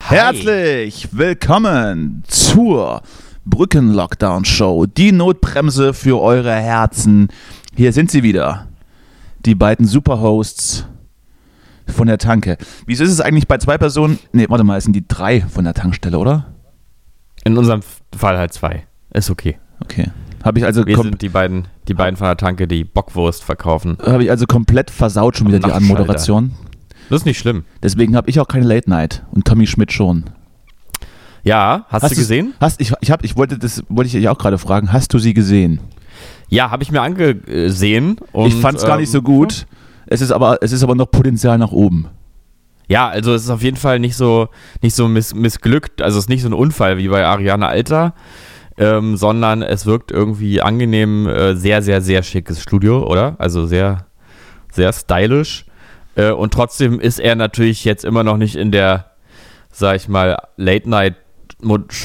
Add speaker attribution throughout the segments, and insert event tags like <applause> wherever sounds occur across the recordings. Speaker 1: Herzlich willkommen zur Brücken-Lockdown-Show, die Notbremse für eure Herzen. Hier sind sie wieder, die beiden Superhosts von der Tanke. Wieso ist es eigentlich bei zwei Personen? Ne, warte mal, es sind die drei von der Tankstelle, oder?
Speaker 2: In unserem Fall halt zwei. Ist okay.
Speaker 1: Okay. Habe ich, also
Speaker 2: Wir
Speaker 1: kom-
Speaker 2: sind die beiden, die beiden von der Tanke, die Bockwurst verkaufen.
Speaker 1: hab ich also komplett versaut schon wieder die
Speaker 2: Nachtschalter.
Speaker 1: Anmoderation.
Speaker 2: Das ist nicht schlimm.
Speaker 1: Deswegen habe ich auch keine Late Night und Tommy Schmidt schon.
Speaker 2: Ja, hast, du
Speaker 1: du's-
Speaker 2: gesehen?
Speaker 1: Hast, ich, ich, hab, ich wollte, das wollte ich dich auch gerade fragen. Hast du sie gesehen?
Speaker 2: Ja, habe ich mir angesehen. und,
Speaker 1: ich fand es gar
Speaker 2: ähm,
Speaker 1: nicht so gut. Es ist, aber, es ist aber noch Potenzial nach oben.
Speaker 2: Ja, also es ist auf jeden Fall nicht so, nicht so miss, missglückt. Also es ist nicht so ein Unfall wie bei Ariane Alter, ähm, sondern es wirkt irgendwie angenehm, äh, sehr, sehr, sehr schickes Studio, oder? Also sehr, sehr stylisch. Äh, und trotzdem ist er natürlich jetzt immer noch nicht in der, sag ich mal,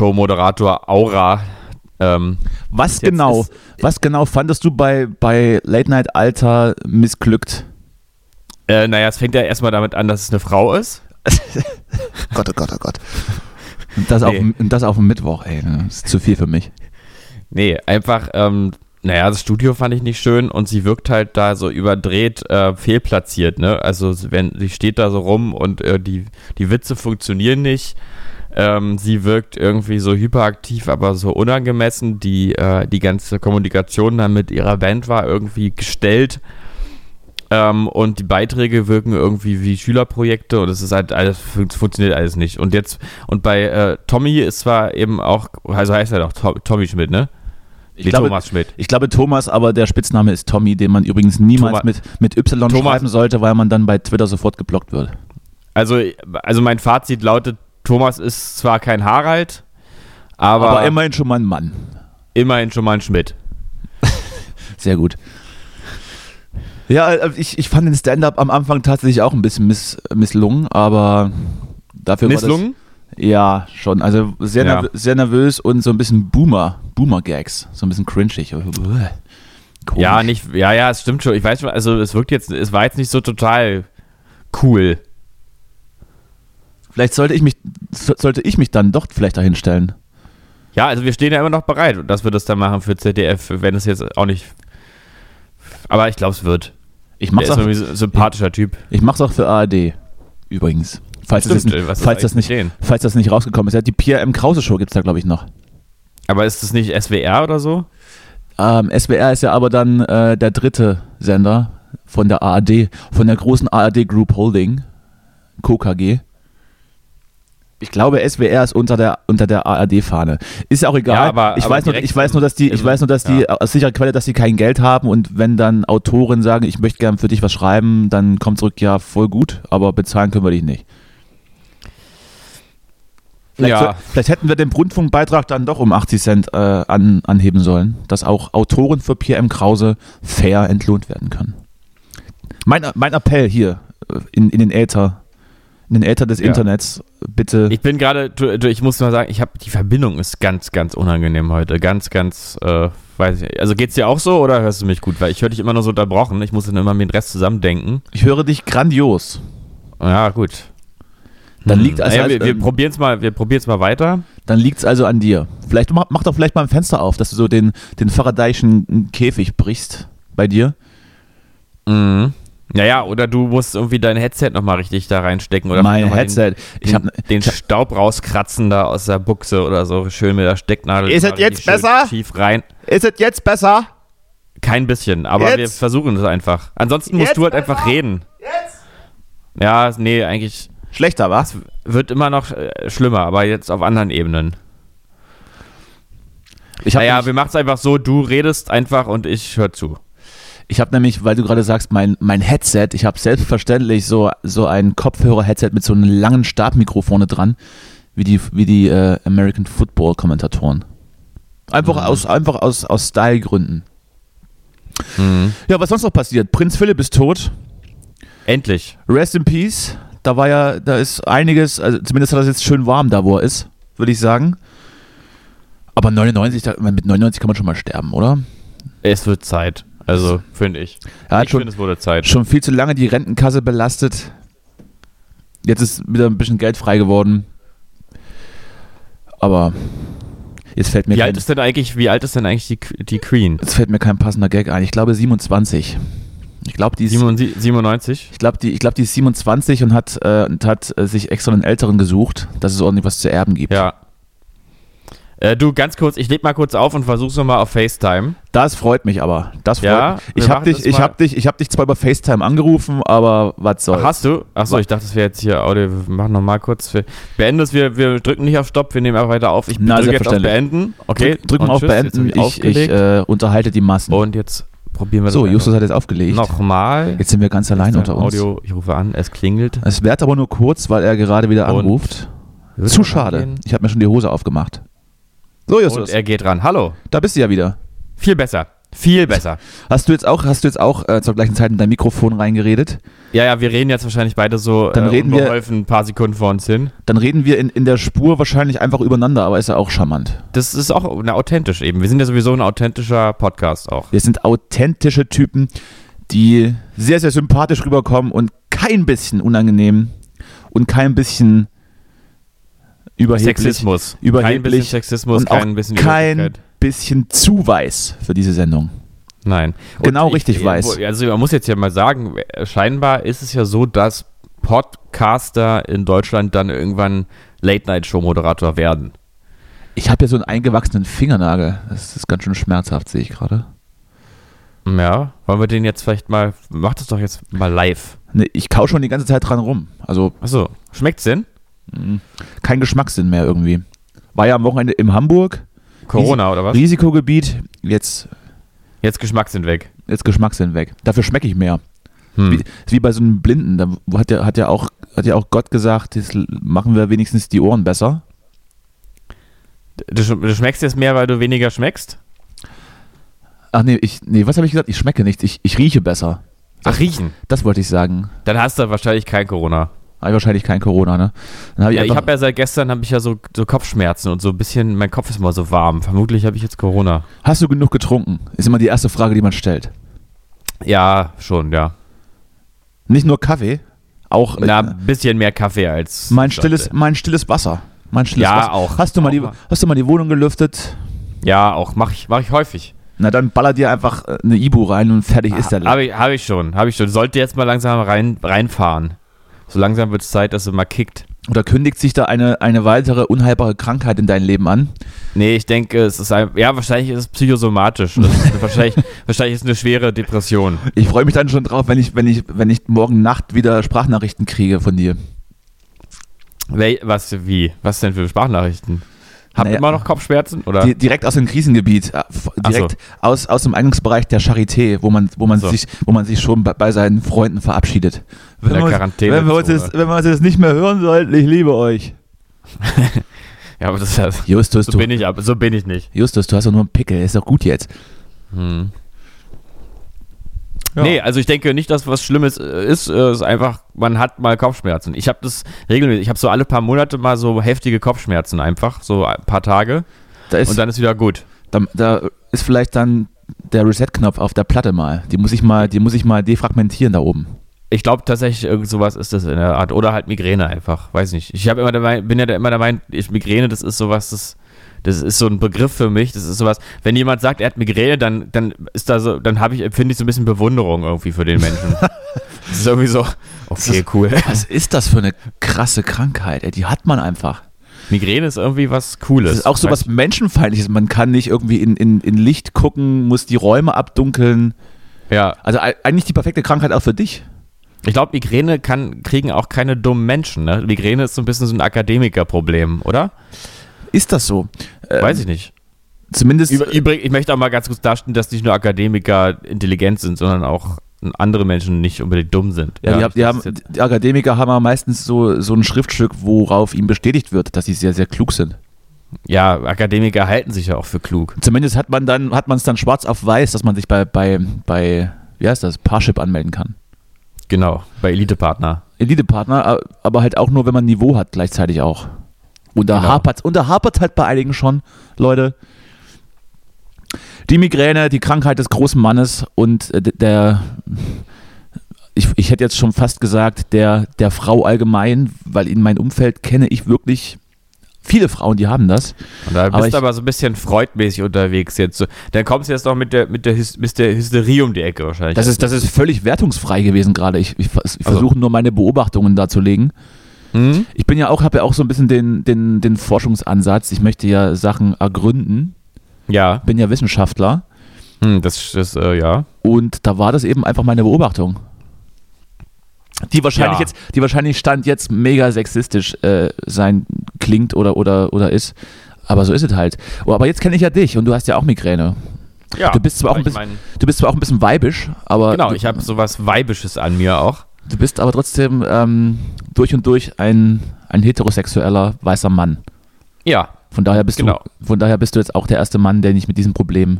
Speaker 2: Late-Night-Show-Moderator-Aura. Ähm,
Speaker 1: Was
Speaker 2: jetzt
Speaker 1: genau,
Speaker 2: ist-
Speaker 1: was genau fandest du bei, bei Late Night Alter missglückt?
Speaker 2: äh, naja, es fängt ja erstmal damit an, dass es eine Frau ist.
Speaker 1: Gott, oh Gott, oh Gott. Und das, auf,
Speaker 2: Nee.
Speaker 1: und das auf dem Mittwoch, ey. Das ist zu viel für mich.
Speaker 2: Nee, einfach, ähm, naja, das Studio fand ich nicht schön und sie wirkt halt da so überdreht, äh, fehlplatziert, ne? Also sie- wenn sie steht da so rum und äh, die, die Witze funktionieren nicht. Ähm, sie wirkt irgendwie so hyperaktiv, aber so unangemessen. Die, äh, die ganze Kommunikation dann mit ihrer Band war irgendwie gestellt. Ähm, und die Beiträge wirken irgendwie wie Schülerprojekte und es ist halt alles, fun funktioniert alles nicht. Und jetzt, und bei äh, Tommy ist zwar eben auch, also heißt er doch To- Tommy Schmidt, ne?
Speaker 1: Ich
Speaker 2: Nee,
Speaker 1: glaube,
Speaker 2: Thomas Schmidt.
Speaker 1: ich glaube Thomas, aber der Spitzname ist Tommy, den man übrigens niemals
Speaker 2: Thomas-
Speaker 1: mit, mit Y
Speaker 2: Thomas-
Speaker 1: schreiben sollte, weil man dann bei Twitter sofort geblockt wird.
Speaker 2: Also, also mein Fazit lautet, Thomas ist zwar kein Harald, aber,
Speaker 1: Aber, immerhin schon mal ein Mann.
Speaker 2: immerhin schon mal ein Schmidt.
Speaker 1: Sehr gut. Ja, äh, ich, ich fand den Stand-up am Anfang tatsächlich auch ein bisschen miss, misslungen, aber dafür war das...
Speaker 2: Misslungen?
Speaker 1: Ja, schon. Also sehr,
Speaker 2: Ja.
Speaker 1: nervö- sehr nervös und so ein bisschen Boomer, Boomer-Gags. So ein bisschen cringig. Uah. Komisch.
Speaker 2: Ja, nicht, ja, ja, es stimmt schon. Ich weiß schon, also es wirkt jetzt, es war jetzt nicht so total cool.
Speaker 1: Vielleicht sollte ich mich, so- sollte ich mich dann doch vielleicht dahin stellen.
Speaker 2: Ja, also wir stehen ja immer noch bereit, dass wir das dann machen für ZDF, wenn es jetzt auch nicht. Aber ich glaube, es wird.
Speaker 1: Ich
Speaker 2: Der
Speaker 1: mach's,
Speaker 2: ist
Speaker 1: auch,
Speaker 2: irgendwie so ein sympathischer Typ.
Speaker 1: ich mach's auch für ARD. Übrigens. Falls, das,
Speaker 2: Stimmt,
Speaker 1: jetzt,
Speaker 2: ey, was ist
Speaker 1: falls, das, nicht,
Speaker 2: eigentlich mit denen?
Speaker 1: falls das nicht rausgekommen ist. Ja, die Pierre M. Krause-Show gibt's da, glaube ich, noch.
Speaker 2: Aber ist das nicht SWR oder so?
Speaker 1: Ähm, SWR ist ja aber dann äh, der dritte Sender von der ARD, von der großen ARD Group Holding, KKG. Ich glaube, SWR ist unter der, unter der ARD-Fahne. Ist ja auch egal.
Speaker 2: Ja, aber-
Speaker 1: ich,
Speaker 2: aber
Speaker 1: weiß nur,
Speaker 2: direkt
Speaker 1: ich weiß nur, dass die, ich
Speaker 2: im-
Speaker 1: weiß nur, dass die aus sicherer Quelle, dass sie kein Geld haben und wenn dann Autoren sagen, ich möchte gern für dich was schreiben, dann kommt zurück, ja, voll gut, aber bezahlen können wir dich nicht. Vielleicht,
Speaker 2: Ja.
Speaker 1: so, vielleicht hätten wir den Rundfunkbeitrag dann doch um 80 Cent äh, an, anheben sollen, dass auch Autoren für Pierre M. Krause fair entlohnt werden können. Mein, mein Appell hier äh, in, in den Äther, in den Äther des
Speaker 2: Ja.
Speaker 1: Internets, bitte.
Speaker 2: Ich bin gerade, du- du, ich muss mal sagen, ich habe die Verbindung ist ganz, ganz unangenehm heute. Ganz, ganz, äh, weiß ich nicht. Also geht's dir auch so oder hörst du mich gut? Weil ich höre dich immer nur so unterbrochen. Ich muss dann immer mir den Rest zusammendenken.
Speaker 1: ich höre dich grandios.
Speaker 2: Ja, gut.
Speaker 1: Dann
Speaker 2: Hm.
Speaker 1: liegt also,
Speaker 2: naja, wir wir
Speaker 1: ähm,
Speaker 2: probieren's mal, wir probieren's mal weiter.
Speaker 1: Dann liegt's also an dir. Vielleicht mach, mach doch vielleicht mal ein Fenster auf, dass du so den, den Faradayschen Käfig brichst bei dir.
Speaker 2: Mhm. Naja, oder du musst irgendwie dein Headset nochmal richtig da reinstecken oder
Speaker 1: mein
Speaker 2: nochmal den-
Speaker 1: Headset. ich hab,
Speaker 2: den, den Staub rauskratzen da aus der Buchse oder so. Schön mit der Stecknadel.
Speaker 1: Ist es
Speaker 2: mal richtig
Speaker 1: jetzt
Speaker 2: schön
Speaker 1: besser?
Speaker 2: Schief rein.
Speaker 1: ist es jetzt besser?
Speaker 2: Kein bisschen, aber wir
Speaker 1: Jetzt?
Speaker 2: versuchen es einfach. Ansonsten musst
Speaker 1: Jetzt
Speaker 2: du halt einfach reden. Jetzt? Ja, nee, eigentlich.
Speaker 1: Schlechter, was?
Speaker 2: Wird immer noch äh, schlimmer, aber jetzt auf anderen Ebenen.
Speaker 1: Ich habe
Speaker 2: Naja, wir machen's einfach so, du redest einfach und ich höre zu.
Speaker 1: Ich habe nämlich, weil du gerade sagst, mein, mein Headset, ich habe selbstverständlich so, so ein Kopfhörer-Headset mit so einem langen Stabmikrofon vorne dran, wie die, wie die äh, American Football-Kommentatoren. Einfach aus, einfach aus, aus Style-Gründen. Ja, was sonst noch passiert? Prinz Philipp ist tot.
Speaker 2: Endlich.
Speaker 1: Rest in Peace. Da war ja, da ist einiges, also zumindest hat das jetzt schön warm da, wo er ist, würde ich sagen. Aber 99, da, mit 99 kann man schon mal sterben, oder?
Speaker 2: Es wird Zeit. Also, finde ich.
Speaker 1: Er hat
Speaker 2: ich
Speaker 1: schon-
Speaker 2: finde, es wurde Zeit.
Speaker 1: schon viel zu lange die Rentenkasse belastet. Jetzt ist wieder ein bisschen Geld frei geworden. Aber jetzt fällt mir,
Speaker 2: Wie
Speaker 1: kein,
Speaker 2: alt ist denn eigentlich, wie alt ist denn eigentlich die, Qu- die Queen?
Speaker 1: jetzt fällt mir kein passender Gag ein. Ich glaube 27. Ich glaube, die, ist-
Speaker 2: 97?
Speaker 1: ich glaube, die, ich glaube, die ist 27 und hat, äh, und hat äh, sich extra einen Älteren gesucht, dass es ordentlich was zu erben gibt.
Speaker 2: Ja. Äh, du, ganz kurz, ich leg mal kurz auf und versuch's nochmal auf FaceTime.
Speaker 1: Das freut mich aber. Das freut
Speaker 2: Ja,
Speaker 1: mich.
Speaker 2: wir
Speaker 1: Ich habe
Speaker 2: machen
Speaker 1: dich,
Speaker 2: das
Speaker 1: ich
Speaker 2: mal.
Speaker 1: hab dich, ich hab dich zwar über FaceTime angerufen, aber was soll's.
Speaker 2: Hast du? Achso, ich dachte, das wäre jetzt hier Audio. Wir machen nochmal kurz. Wir beenden es, wir, wir drücken nicht auf Stopp, wir nehmen einfach weiter auf. Ich
Speaker 1: Na,
Speaker 2: drücke jetzt auf
Speaker 1: selbstverständlich.
Speaker 2: Beenden. Okay,
Speaker 1: Drück mal
Speaker 2: und
Speaker 1: auf
Speaker 2: tschüss, jetzt hab
Speaker 1: Beenden.
Speaker 2: Ich,
Speaker 1: Ich, ich
Speaker 2: aufgelegt.
Speaker 1: äh, unterhalte die Massen.
Speaker 2: und jetzt probieren wir
Speaker 1: so,
Speaker 2: das.
Speaker 1: Justus hat jetzt aufgelegt.
Speaker 2: Nochmal.
Speaker 1: Jetzt sind wir ganz allein unter uns.
Speaker 2: Äh, Audio, ich rufe an, es klingelt.
Speaker 1: Es währt aber nur kurz, weil er gerade wieder
Speaker 2: Und-
Speaker 1: anruft.
Speaker 2: Wird
Speaker 1: Zu
Speaker 2: er
Speaker 1: schade.
Speaker 2: rangehen?
Speaker 1: Ich habe mir schon die Hose aufgemacht. So,
Speaker 2: Und
Speaker 1: Justus,
Speaker 2: er geht ran. Hallo.
Speaker 1: da bist du ja wieder.
Speaker 2: Viel besser. Viel besser.
Speaker 1: Hast du jetzt auch, hast du jetzt auch äh, zur gleichen Zeit in dein Mikrofon reingeredet?
Speaker 2: Ja, ja, wir reden jetzt wahrscheinlich beide so äh,
Speaker 1: Dann reden wir-
Speaker 2: unbeholfen ein paar Sekunden vor uns hin.
Speaker 1: Dann reden wir in, in der Spur wahrscheinlich einfach übereinander, aber ist ja auch charmant.
Speaker 2: Das ist auch na, authentisch eben. Wir sind ja sowieso ein authentischer Podcast auch.
Speaker 1: Wir sind authentische Typen, die sehr, sehr sympathisch rüberkommen und kein bisschen unangenehm und kein bisschen überheblich.
Speaker 2: Sexismus.
Speaker 1: Überheblich.
Speaker 2: Kein bisschen Sexismus,
Speaker 1: und auch
Speaker 2: kein bisschen
Speaker 1: kein
Speaker 2: Überheblichkeit.
Speaker 1: bisschen zu weiß für diese Sendung.
Speaker 2: Nein. Und
Speaker 1: Genau richtig weiß.
Speaker 2: Also man muss jetzt ja mal sagen, äh, scheinbar ist es ja so, dass Podcaster in Deutschland dann irgendwann Late-Night-Show-Moderator werden.
Speaker 1: Ich habe ja so einen eingewachsenen Fingernagel. Das ist ganz schön schmerzhaft, sehe ich gerade.
Speaker 2: Ja, wollen wir den jetzt vielleicht mal, mach das doch jetzt mal live.
Speaker 1: Nee, ich kau schon die ganze Zeit dran rum. Also
Speaker 2: Achso, schmeckt's denn?
Speaker 1: kein Geschmackssinn mehr irgendwie. War ja am Wochenende in Hamburg,
Speaker 2: Corona oder was?
Speaker 1: Risikogebiet, jetzt,
Speaker 2: Jetzt Geschmack sind weg.
Speaker 1: jetzt Geschmackssinn weg. Dafür schmecke ich mehr.
Speaker 2: Hm.
Speaker 1: Wie, ist wie bei so einem Blinden. Da hat ja, hat ja, auch, hat ja auch Gott gesagt, jetzt l- machen wir wenigstens die Ohren besser.
Speaker 2: Du, sch- du schmeckst jetzt mehr, weil du weniger schmeckst?
Speaker 1: Ach nee, ich, nee was habe ich gesagt? Ich schmecke nichts, ich, ich rieche besser.
Speaker 2: Ach, riechen.
Speaker 1: Das wollte ich sagen.
Speaker 2: Also Dann hast du wahrscheinlich kein Corona.
Speaker 1: Habe ich wahrscheinlich kein Corona, ne? Dann hab ich
Speaker 2: Ja, ich
Speaker 1: einfach-
Speaker 2: habe ja seit gestern habe ich ja so, so Kopfschmerzen und so ein bisschen, mein Kopf ist mal so warm. Vermutlich habe ich jetzt Corona.
Speaker 1: hast du genug getrunken? Ist immer die erste Frage, die man stellt.
Speaker 2: Ja, schon, ja.
Speaker 1: Nicht nur Kaffee, auch
Speaker 2: Na,
Speaker 1: äh,
Speaker 2: ein bisschen mehr Kaffee als.
Speaker 1: mein,
Speaker 2: sonst.
Speaker 1: stilles, mein stilles Wasser. Mein stilles
Speaker 2: Ja,
Speaker 1: Wasser.
Speaker 2: auch.
Speaker 1: Hast du, mal
Speaker 2: Auch
Speaker 1: die,
Speaker 2: mal.
Speaker 1: hast du mal die Wohnung gelüftet?
Speaker 2: Ja, auch. Mache ich, mach ich häufig.
Speaker 1: Na, dann baller dir einfach äh, eine Ibu rein und fertig
Speaker 2: Ah,
Speaker 1: ist der Laden.
Speaker 2: Habe ich, hab ich schon. Habe ich schon. Sollte jetzt mal langsam rein, reinfahren. So langsam wird es Zeit, dass du mal kickt.
Speaker 1: Oder kündigt sich da eine, eine weitere unheilbare Krankheit in dein Leben an?
Speaker 2: Nee, ich denke, es ist ein, ja, wahrscheinlich ist es psychosomatisch. Es ist <laughs> wahrscheinlich, wahrscheinlich ist es eine schwere Depression.
Speaker 1: Ich freue mich dann schon drauf, wenn ich, wenn ich, wenn ich morgen Nacht wieder Sprachnachrichten kriege von dir.
Speaker 2: Wel- Was, wie? Was denn für Sprachnachrichten? Habt
Speaker 1: Naja.
Speaker 2: ihr immer noch Kopfschmerzen? Oder?
Speaker 1: Di direkt aus dem Krisengebiet, äh, f-
Speaker 2: Ach so.
Speaker 1: direkt aus, aus dem Eignungsbereich der Charité, wo man, wo man,
Speaker 2: So.
Speaker 1: sich, wo man sich schon bei, bei seinen Freunden verabschiedet. Wenn
Speaker 2: der
Speaker 1: wir, uns,
Speaker 2: Quarantänezone.
Speaker 1: wenn, wir uns
Speaker 2: ne?
Speaker 1: jetzt, wenn wir uns jetzt nicht mehr hören sollten, ich liebe euch.
Speaker 2: ja,
Speaker 1: <laughs>
Speaker 2: aber das, das
Speaker 1: Justus,
Speaker 2: so
Speaker 1: du,
Speaker 2: bin ich ab, so bin ich nicht.
Speaker 1: Justus, du hast doch nur einen Pickel, ist doch gut jetzt. Ja.
Speaker 2: Nee, also ich denke nicht, dass was Schlimmes äh, ist. äh, Es ist einfach, man hat mal Kopfschmerzen. Ich habe das regelmäßig. Ich habe so alle paar Monate mal so heftige Kopfschmerzen einfach, so ein paar Tage.
Speaker 1: Da ist,
Speaker 2: Und dann ist wieder gut.
Speaker 1: da, da ist vielleicht dann der Reset-Knopf auf der Platte mal. Die muss ich mal, die muss ich mal defragmentieren da oben.
Speaker 2: Ich glaube tatsächlich, irgend sowas ist das in der Art. Oder halt Migräne einfach. Weiß nicht. Ich hab immer der Mein- bin ja da immer der Meinung, ich, Migräne, das ist sowas, das, das ist so ein Begriff für mich. Das ist sowas, wenn jemand sagt, er hat Migräne, dann, dann ist da so, dann habe ich, empfinde ich so ein bisschen Bewunderung irgendwie für
Speaker 1: <laughs>
Speaker 2: den Menschen. das ist irgendwie so, okay, cool.
Speaker 1: Was ist das für eine krasse Krankheit? Ey, die hat man einfach.
Speaker 2: <laughs> Migräne ist irgendwie was Cooles.
Speaker 1: Das ist auch so was
Speaker 2: Weiß
Speaker 1: Menschenfeindliches. Man kann nicht irgendwie in, in, in Licht gucken, muss die Räume abdunkeln.
Speaker 2: Ja,
Speaker 1: Also ei- eigentlich die perfekte Krankheit auch für dich.
Speaker 2: Ich glaube, Migräne kann, kriegen auch keine dummen Menschen. Ne? Migräne ist so ein bisschen so ein Akademikerproblem, oder?
Speaker 1: Ist das so? Ähm,
Speaker 2: Weiß ich nicht.
Speaker 1: Zumindest
Speaker 2: Über, übrigens, ich möchte auch mal ganz kurz darstellen, dass nicht nur Akademiker intelligent sind, sondern auch andere Menschen nicht unbedingt dumm sind.
Speaker 1: Ja, die, hab- die,
Speaker 2: das
Speaker 1: haben,
Speaker 2: ist jetzt-
Speaker 1: die Akademiker haben ja meistens so, so ein Schriftstück, worauf ihnen bestätigt wird, dass sie sehr, sehr klug sind.
Speaker 2: ja, Akademiker halten sich ja auch für klug.
Speaker 1: Zumindest hat man dann hat man es dann schwarz auf weiß, dass man sich bei, bei, bei wie heißt das, Parship anmelden kann.
Speaker 2: Genau, bei Elitepartner.
Speaker 1: Elite-Partner, a- aber halt auch nur, wenn man Niveau hat, gleichzeitig auch. Und da
Speaker 2: Genau.
Speaker 1: hapert's- und da hapert halt bei einigen schon, Leute. Die Migräne, die Krankheit des großen Mannes und äh, d- der, ich, ich hätte jetzt schon fast gesagt, der, der Frau allgemein, weil in meinem Umfeld kenne ich wirklich viele Frauen, die haben das.
Speaker 2: Und da bist
Speaker 1: Aber
Speaker 2: aber
Speaker 1: ich-
Speaker 2: du aber so ein bisschen freudmäßig unterwegs jetzt. So, Dann kommst du jetzt noch mit der, mit der, Hys mit der Hysterie um die Ecke wahrscheinlich.
Speaker 1: Das ist, das ist völlig wertungsfrei gewesen gerade. Ich, ich, vers- ich
Speaker 2: Also.
Speaker 1: versuche nur meine Beobachtungen darzulegen.
Speaker 2: Hm?
Speaker 1: Ich bin ja auch, habe ja auch so ein bisschen den, den, den Forschungsansatz. Ich möchte ja Sachen ergründen.
Speaker 2: ja,
Speaker 1: Bin ja Wissenschaftler.
Speaker 2: hm, das das, äh, ja.
Speaker 1: Und da war das eben einfach meine Beobachtung. Die wahrscheinlich
Speaker 2: Ja.
Speaker 1: jetzt, die wahrscheinlich stand jetzt mega sexistisch äh, sein klingt oder, oder, oder ist. Aber so ist es halt. Oh, aber jetzt kenne ich ja dich und du hast ja auch Migräne.
Speaker 2: ja.
Speaker 1: Du bist zwar auch
Speaker 2: aber
Speaker 1: ein
Speaker 2: ich
Speaker 1: bisschen,
Speaker 2: mein-
Speaker 1: du bist zwar auch ein bisschen weibisch, aber
Speaker 2: Genau,
Speaker 1: du,
Speaker 2: ich habe sowas Weibisches an mir auch.
Speaker 1: Du bist aber trotzdem ähm, durch und durch ein, ein heterosexueller weißer Mann.
Speaker 2: Ja,
Speaker 1: Von daher, bist
Speaker 2: Genau.
Speaker 1: du, von daher bist du jetzt auch der erste Mann, den ich mit diesem Problem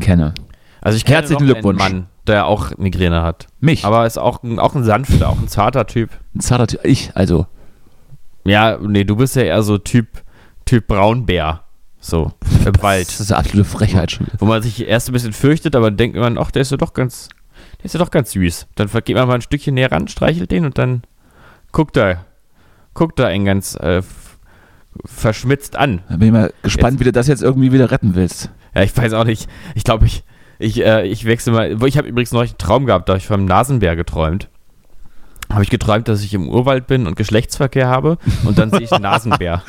Speaker 1: kenne.
Speaker 2: Also ich kenne
Speaker 1: Herzlichen
Speaker 2: noch
Speaker 1: Glückwunsch.
Speaker 2: einen Mann, der auch Migräne hat.
Speaker 1: Mich.
Speaker 2: Aber ist auch ein, auch ein sanfter, auch ein zarter Typ.
Speaker 1: Ein zarter Typ. Ich, also.
Speaker 2: Ja, nee, du bist ja eher so Typ, Typ Braunbär. So, im
Speaker 1: Das <laughs>
Speaker 2: Wald.
Speaker 1: ist eine absolute Frechheit schon. wieder.
Speaker 2: Wo man sich erst ein bisschen fürchtet, aber dann denkt man, ach, der ist ja doch ganz, der ist ja doch ganz süß. Dann geht man mal ein Stückchen näher ran, streichelt den und dann guckt er, guckt er einen ganz äh, f- verschmitzt an.
Speaker 1: Da bin ich mal gespannt, wie du das jetzt irgendwie wieder retten willst.
Speaker 2: Ja, ich weiß auch nicht. Ich glaube, ich, ich, äh, ich wechsle mal. Ich habe übrigens neulich einen Traum gehabt, da habe ich vom Nasenbär geträumt. Habe ich geträumt, dass ich im Urwald bin und Geschlechtsverkehr habe und dann sehe ich einen Nasenbär.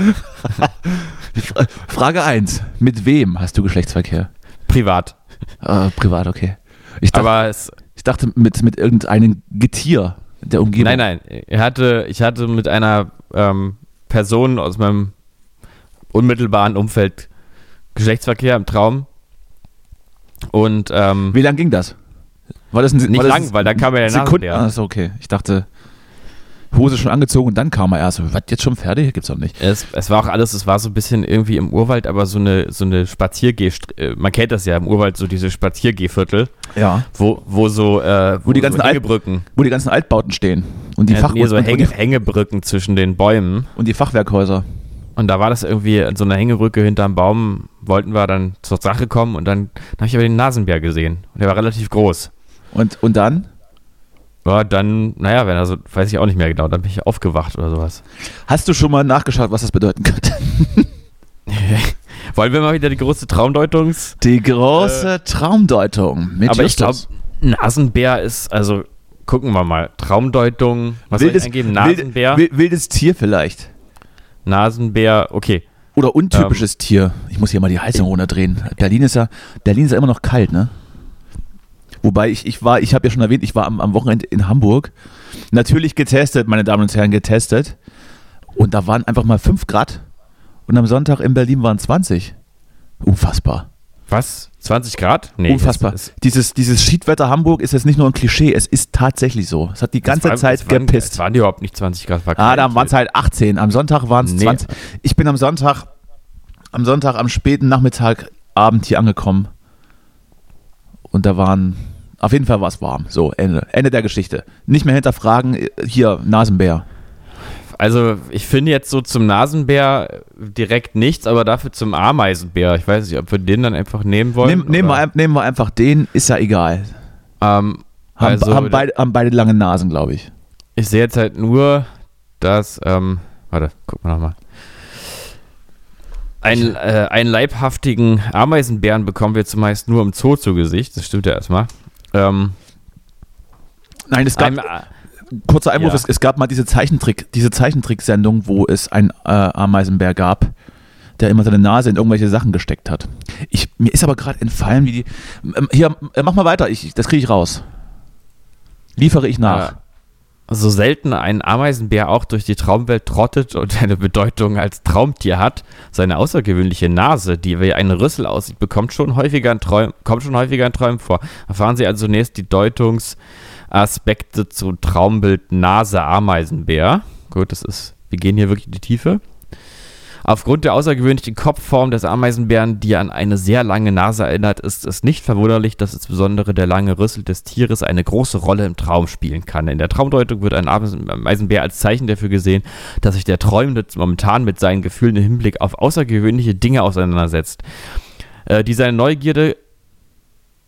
Speaker 1: Frage 1. Mit wem hast du Geschlechtsverkehr?
Speaker 2: Privat.
Speaker 1: Äh, privat, okay. Ich dachte,
Speaker 2: Aber es,
Speaker 1: ich dachte mit, mit irgendeinem Getier der Umgebung.
Speaker 2: nein, nein. Ich hatte, ich hatte mit einer ähm, Person aus meinem unmittelbaren Umfeld Geschlechtsverkehr im Traum. Und ähm,
Speaker 1: Wie lang ging das? War das ein,
Speaker 2: Nicht
Speaker 1: war das
Speaker 2: lang,
Speaker 1: ein-
Speaker 2: weil dann kam ja der
Speaker 1: Sekunden.
Speaker 2: Nasenbär.
Speaker 1: Achso, okay. Ich dachte, Hose schon angezogen und dann kam er erst. Was, jetzt schon fertig? Gibt's doch nicht.
Speaker 2: Es, es war auch alles, es war so ein bisschen irgendwie im Urwald, aber so eine, so eine Spaziergeh, äh, man kennt das ja im Urwald, so diese Spaziergehviertel,
Speaker 1: Ja.
Speaker 2: wo, wo so, äh,
Speaker 1: Wo die
Speaker 2: so
Speaker 1: ganzen Al-
Speaker 2: Hängebrücken,
Speaker 1: Wo die ganzen Altbauten stehen und die,
Speaker 2: äh,
Speaker 1: Fach
Speaker 2: nee, so
Speaker 1: und,
Speaker 2: Hänge,
Speaker 1: und, die,
Speaker 2: Hängebrücken zwischen den Bäumen.
Speaker 1: und die Fachwerkhäuser.
Speaker 2: Und da war das irgendwie in so einer Hängebrücke hinterm Baum, wollten wir dann zur Sache kommen und dann, dann habe ich aber den Nasenbär gesehen. Und der war relativ groß.
Speaker 1: Und, und dann
Speaker 2: Ja, dann, naja, wenn er so, weiß ich auch nicht mehr genau, dann bin ich aufgewacht oder sowas.
Speaker 1: hast du schon mal nachgeschaut, was das bedeuten könnte. <laughs>
Speaker 2: Wollen wir mal wieder die große Traumdeutungs-
Speaker 1: Die große Traumdeutung mit
Speaker 2: Äh. Aber ich glaube,
Speaker 1: Justus.
Speaker 2: Nasenbär ist, also gucken wir mal. Traumdeutung, was soll ich eingeben? Nasenbär?
Speaker 1: Wild, wildes Tier vielleicht.
Speaker 2: Nasenbär, okay.
Speaker 1: Oder
Speaker 2: Ähm.
Speaker 1: untypisches Tier. Ich muss hier mal die Heizung runterdrehen. Berlin ist ja, Berlin ist ja immer noch kalt, ne? Wobei ich, ich war, ich habe ja schon erwähnt, ich war am, am Wochenende in Hamburg. Natürlich getestet, meine Damen und Herren, getestet. Und da waren einfach mal 5 Grad. Und am Sonntag in Berlin waren 20. Unfassbar.
Speaker 2: Was? 20 Grad? Nee.
Speaker 1: Unfassbar.
Speaker 2: es- es-
Speaker 1: dieses, dieses Schiedwetter Hamburg ist jetzt nicht nur ein Klischee, es ist tatsächlich so. Es hat die ganze
Speaker 2: es waren-
Speaker 1: Zeit
Speaker 2: es waren,
Speaker 1: gepisst.
Speaker 2: Es waren die überhaupt nicht 20 Grad. War
Speaker 1: Ah,
Speaker 2: kalt.
Speaker 1: dann waren es halt 18. Am Sonntag waren es
Speaker 2: Nee.
Speaker 1: 20. Ich bin am Sonntag, am Sonntag, am späten Nachmittag, Abend hier angekommen. Und da waren, auf jeden Fall war es warm. So, Ende. Ende der Geschichte. Nicht mehr hinterfragen, äh, hier, Nasenbär.
Speaker 2: Also, ich finde jetzt so zum Nasenbär direkt nichts, aber dafür zum Ameisenbär. Ich weiß nicht, ob wir den dann einfach nehmen wollen.
Speaker 1: Nehm, nehmen, wir,
Speaker 2: oder-
Speaker 1: ein- nehmen wir einfach den, ist ja egal.
Speaker 2: Ähm,
Speaker 1: Haben,
Speaker 2: also,
Speaker 1: haben, beide, haben beide lange Nasen, glaube ich.
Speaker 2: ich sehe jetzt halt nur, dass, ähm, warte, gucken wir nochmal. Einen, äh, einen leibhaftigen Ameisenbären bekommen wir zumeist nur im Zoo zu Gesicht. Das stimmt ja erstmal. Ähm,
Speaker 1: Nein, es gab,
Speaker 2: einem,
Speaker 1: kurzer Einwurf,
Speaker 2: Ja.
Speaker 1: es, es gab mal diese Zeichentrick, diese Zeichentricksendung, wo es einen äh, Ameisenbär gab, der immer seine Nase in irgendwelche Sachen gesteckt hat. Ich, mir ist aber gerade entfallen, wie die. Ähm, hier, äh, mach mal weiter, ich, das kriege ich raus. Liefere ich nach.
Speaker 2: Ja. So selten ein Ameisenbär auch durch die Traumwelt trottet und eine Bedeutung als Traumtier hat, seine außergewöhnliche Nase, die wie ein Rüssel aussieht, bekommt schon häufiger in Träumen, kommt schon häufiger in Träumen vor. Erfahren Sie also zunächst die Deutungsaspekte zu Traumbild Nase Ameisenbär. Gut, das ist, wir gehen hier wirklich in die Tiefe. Aufgrund der außergewöhnlichen Kopfform des Ameisenbären, die an eine sehr lange Nase erinnert, ist es nicht verwunderlich, dass insbesondere der lange Rüssel des Tieres eine große Rolle im Traum spielen kann. In der Traumdeutung wird ein Ameisenbär als Zeichen dafür gesehen, dass sich der Träumende momentan mit seinen Gefühlen im Hinblick auf außergewöhnliche Dinge auseinandersetzt. Äh, die seine Neugierde,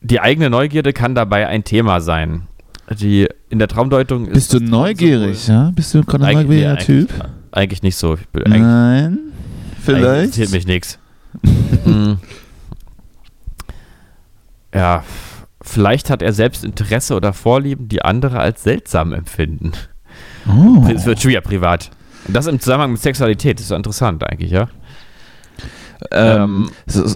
Speaker 2: die eigene Neugierde kann dabei ein Thema sein. Die in der Traumdeutung ist
Speaker 1: Bist du
Speaker 2: das-
Speaker 1: neugierig, ja? Bist du ein
Speaker 2: Eigentlich- nee,
Speaker 1: neugieriger
Speaker 2: eigentlich-
Speaker 1: Typ?
Speaker 2: Eigentlich nicht so. Ich bin, eigentlich,
Speaker 1: Nein.
Speaker 2: Eigentlich
Speaker 1: Vielleicht.
Speaker 2: interessiert mich nichts. Hm. <laughs> Ja, vielleicht hat er selbst Interesse oder Vorlieben, die andere als seltsam empfinden.
Speaker 1: Oh.
Speaker 2: Es wird schon wieder privat. Und Das im Zusammenhang mit Sexualität ist so interessant eigentlich, ja?
Speaker 1: Ähm, so- <laughs> so-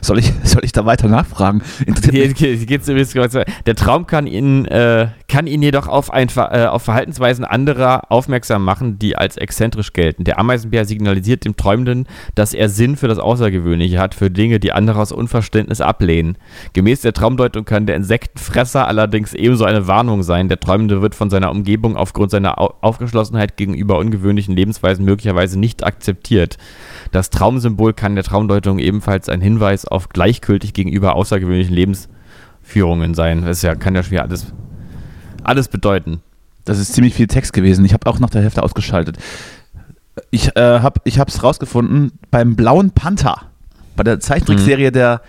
Speaker 1: soll, ich, soll ich da weiter nachfragen? Interessiert
Speaker 2: Hier,
Speaker 1: mich.
Speaker 2: hier geht's übrigens ganz weit. Der Traum kann ihn, äh, kann ihn jedoch auf, ein, Ver- äh, auf Verhaltensweisen anderer aufmerksam machen, die als exzentrisch gelten. Der Ameisenbär signalisiert dem Träumenden, dass er Sinn für das Außergewöhnliche hat, für Dinge, die andere aus Unverständnis ablehnen. Gemäß der Traumdeutung kann der Insektenfresser allerdings ebenso eine Warnung sein. Der Träumende wird von seiner Umgebung aufgrund seiner Au Aufgeschlossenheit gegenüber ungewöhnlichen Lebensweisen möglicherweise nicht akzeptiert. Das Traumsymbol kann der Traumdeutung ebenfalls ein Hinweis auf gleichgültig gegenüber außergewöhnlichen Lebensführungen sein. Das ist ja, kann ja schon wieder alles, alles bedeuten.
Speaker 1: Das ist ziemlich viel Text gewesen. Ich habe auch nach der Hälfte ausgeschaltet. Ich äh, habe es rausgefunden beim Blauen Panther. Bei der Zeichentrickserie der.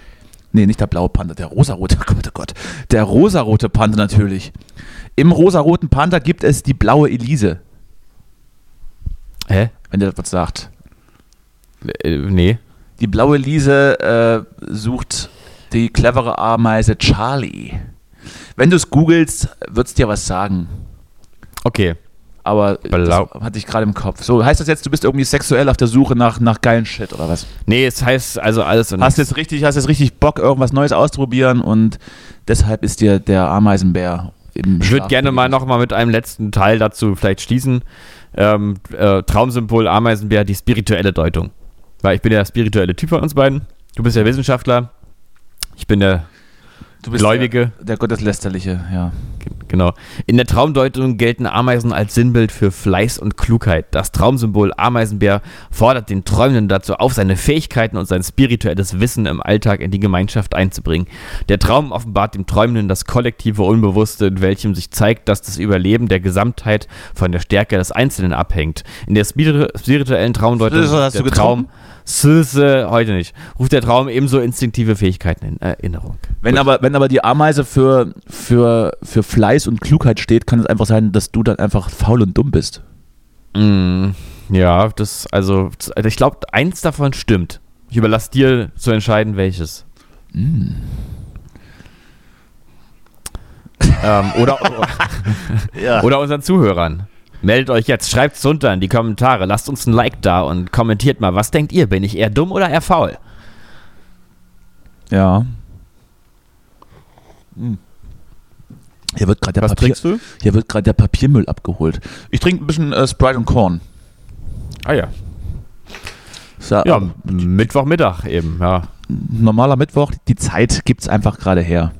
Speaker 1: Nee, nicht der blaue Panther, der rosarote. <laughs> Gott, oh Gott. Der rosarote Panther natürlich. Im rosaroten Panther gibt es die blaue Elise,
Speaker 2: Hä?
Speaker 1: wenn ihr das was sagt.
Speaker 2: Äh, nee.
Speaker 1: Die blaue Elise äh, sucht die clevere Ameise Charlie. Wenn du es googelst, wird es dir was sagen.
Speaker 2: Okay.
Speaker 1: aber
Speaker 2: Blau-
Speaker 1: das hatte ich gerade im Kopf. So, heißt das jetzt, du bist irgendwie sexuell auf der Suche nach, nach geilen Shit oder was?
Speaker 2: Nee, es heißt also alles und
Speaker 1: Hast jetzt richtig, hast jetzt richtig Bock, irgendwas Neues auszuprobieren und deshalb ist dir der Ameisenbär im
Speaker 2: Ich würde gerne mal nochmal mit einem letzten Teil dazu vielleicht schließen. Ähm, äh, Traumsymbol Ameisenbär, die spirituelle Deutung. Weil ich bin ja der spirituelle Typ von uns beiden. Du bist der Wissenschaftler. Ich bin der
Speaker 1: du bist
Speaker 2: Gläubige.
Speaker 1: Der, der Gotteslästerliche, ja.
Speaker 2: Genau. In der Traumdeutung gelten Ameisen als Sinnbild für Fleiß und Klugheit. Das Traumsymbol Ameisenbär fordert den Träumenden dazu auf, seine Fähigkeiten und sein spirituelles Wissen im Alltag in die Gemeinschaft einzubringen. Der Traum offenbart dem Träumenden das kollektive Unbewusste, in welchem sich zeigt, dass das Überleben der Gesamtheit von der Stärke des Einzelnen abhängt. In der spiri- spirituellen Traumdeutung
Speaker 1: Süße, hast
Speaker 2: der
Speaker 1: du
Speaker 2: Traum Süße, heute nicht. Ruft der Traum ebenso instinktive Fähigkeiten in Erinnerung.
Speaker 1: Wenn aber, wenn aber die Ameise für, für, für Fleiß und Klugheit steht, kann es einfach sein, dass du dann einfach faul und dumm bist.
Speaker 2: Mm, ja, das, also, z- also ich glaube, eins davon stimmt. Ich überlasse dir zu entscheiden, welches. ähm, oder, oder unseren Zuhörern. Meldet euch jetzt, schreibt's runter in die Kommentare, lasst uns ein Like da und kommentiert mal, was denkt ihr? Bin ich eher dumm oder eher faul?
Speaker 1: Ja. Hm. Hier wird gerade der,
Speaker 2: Was
Speaker 1: Papier,
Speaker 2: trinkst du?
Speaker 1: hier wird gerade der Papiermüll abgeholt. Ich trinke ein bisschen äh, Sprite und Korn.
Speaker 2: Ah ja.
Speaker 1: Ist ja,
Speaker 2: Ja,
Speaker 1: ähm,
Speaker 2: Mittwochmittag eben, ja.
Speaker 1: normaler Mittwoch, die Zeit gibt es einfach gerade her.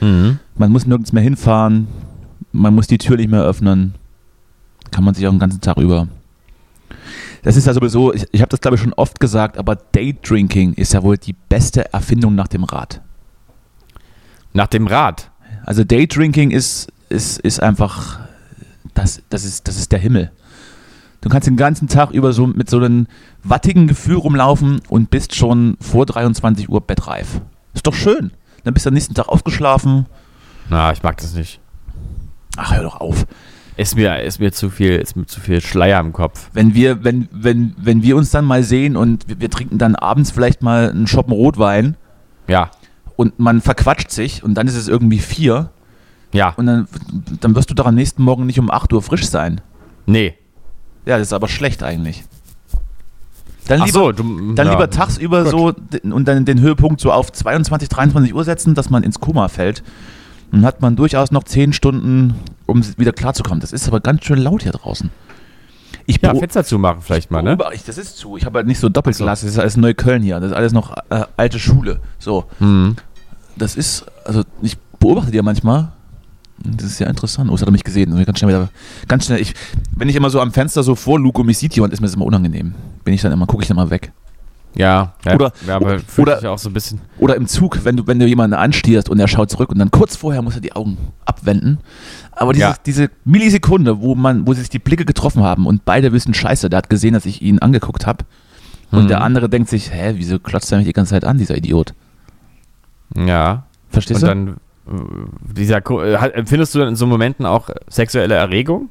Speaker 2: Mhm.
Speaker 1: Man muss nirgends mehr hinfahren, man muss die Tür nicht mehr öffnen. Kann man sich auch den ganzen Tag über. Das ist ja sowieso, ich, ich habe das glaube ich schon oft gesagt, aber Daydrinking ist ja wohl die beste Erfindung nach dem Rad.
Speaker 2: Nach dem Rad.
Speaker 1: Also Daydrinking ist, ist, ist einfach, das, das, ist, das ist der Himmel. Du kannst den ganzen Tag über so mit so einem wattigen Gefühl rumlaufen und bist schon vor 23 Uhr bettreif. Ist doch schön. Dann bist du am nächsten Tag aufgeschlafen.
Speaker 2: Na, ich mag das nicht.
Speaker 1: Ach, hör doch auf.
Speaker 2: Ist mir, ist mir zu viel, ist mir zu viel Schleier im Kopf.
Speaker 1: Wenn wir, wenn, wenn, wenn wir uns dann mal sehen und wir, wir trinken dann abends vielleicht mal einen Schoppen Rotwein
Speaker 2: Ja.
Speaker 1: und man verquatscht sich und dann ist es irgendwie vier
Speaker 2: Ja.
Speaker 1: und dann, dann wirst du doch am nächsten Morgen nicht um 8 Uhr frisch sein.
Speaker 2: Nee.
Speaker 1: Ja, das ist aber schlecht eigentlich. Dann
Speaker 2: Ach
Speaker 1: lieber,
Speaker 2: so, du,
Speaker 1: dann
Speaker 2: ja.
Speaker 1: lieber tagsüber so d- und dann den Höhepunkt so auf 22, 23 Uhr setzen, dass man ins Koma fällt. Dann hat man durchaus noch zehn Stunden, um wieder klarzukommen. Das ist aber ganz schön laut hier draußen. Ich
Speaker 2: Ja,
Speaker 1: beo-
Speaker 2: Fenster zumachen vielleicht mal, ne?
Speaker 1: Beobachte ich, das ist zu. Ich habe halt nicht so Doppelglas, das ist alles Neukölln hier. Das ist alles noch äh, alte Schule. So.
Speaker 2: Mhm.
Speaker 1: Das ist, also ich beobachte die ja manchmal. Das ist ja interessant. Oh, das hat er mich gesehen. Also ganz schnell wieder, ganz schnell. Ich, wenn ich immer so am Fenster so vorluge und mich sieht jemand, ist mir das immer unangenehm. Bin ich dann immer, gucke ich dann mal weg.
Speaker 2: Ja, ja.
Speaker 1: Oder-
Speaker 2: ja, aber
Speaker 1: oder-
Speaker 2: fühlt sich auch so ein bisschen.
Speaker 1: Oder im Zug, wenn du, wenn du jemanden anstierst und er schaut zurück und dann kurz vorher muss er die Augen abwenden. Aber dieses,
Speaker 2: Ja.
Speaker 1: diese Millisekunde, wo man, wo sich die Blicke getroffen haben und beide wissen Scheiße, der hat gesehen, dass ich ihn angeguckt habe.
Speaker 2: Mhm.
Speaker 1: Und der andere denkt sich, hä, wieso klotzt er mich die ganze Zeit an, dieser Idiot?
Speaker 2: Ja.
Speaker 1: Verstehst
Speaker 2: Und
Speaker 1: du?
Speaker 2: dann äh, dieser Ko- äh, hat- empfindest du dann in so Momenten auch sexuelle Erregung?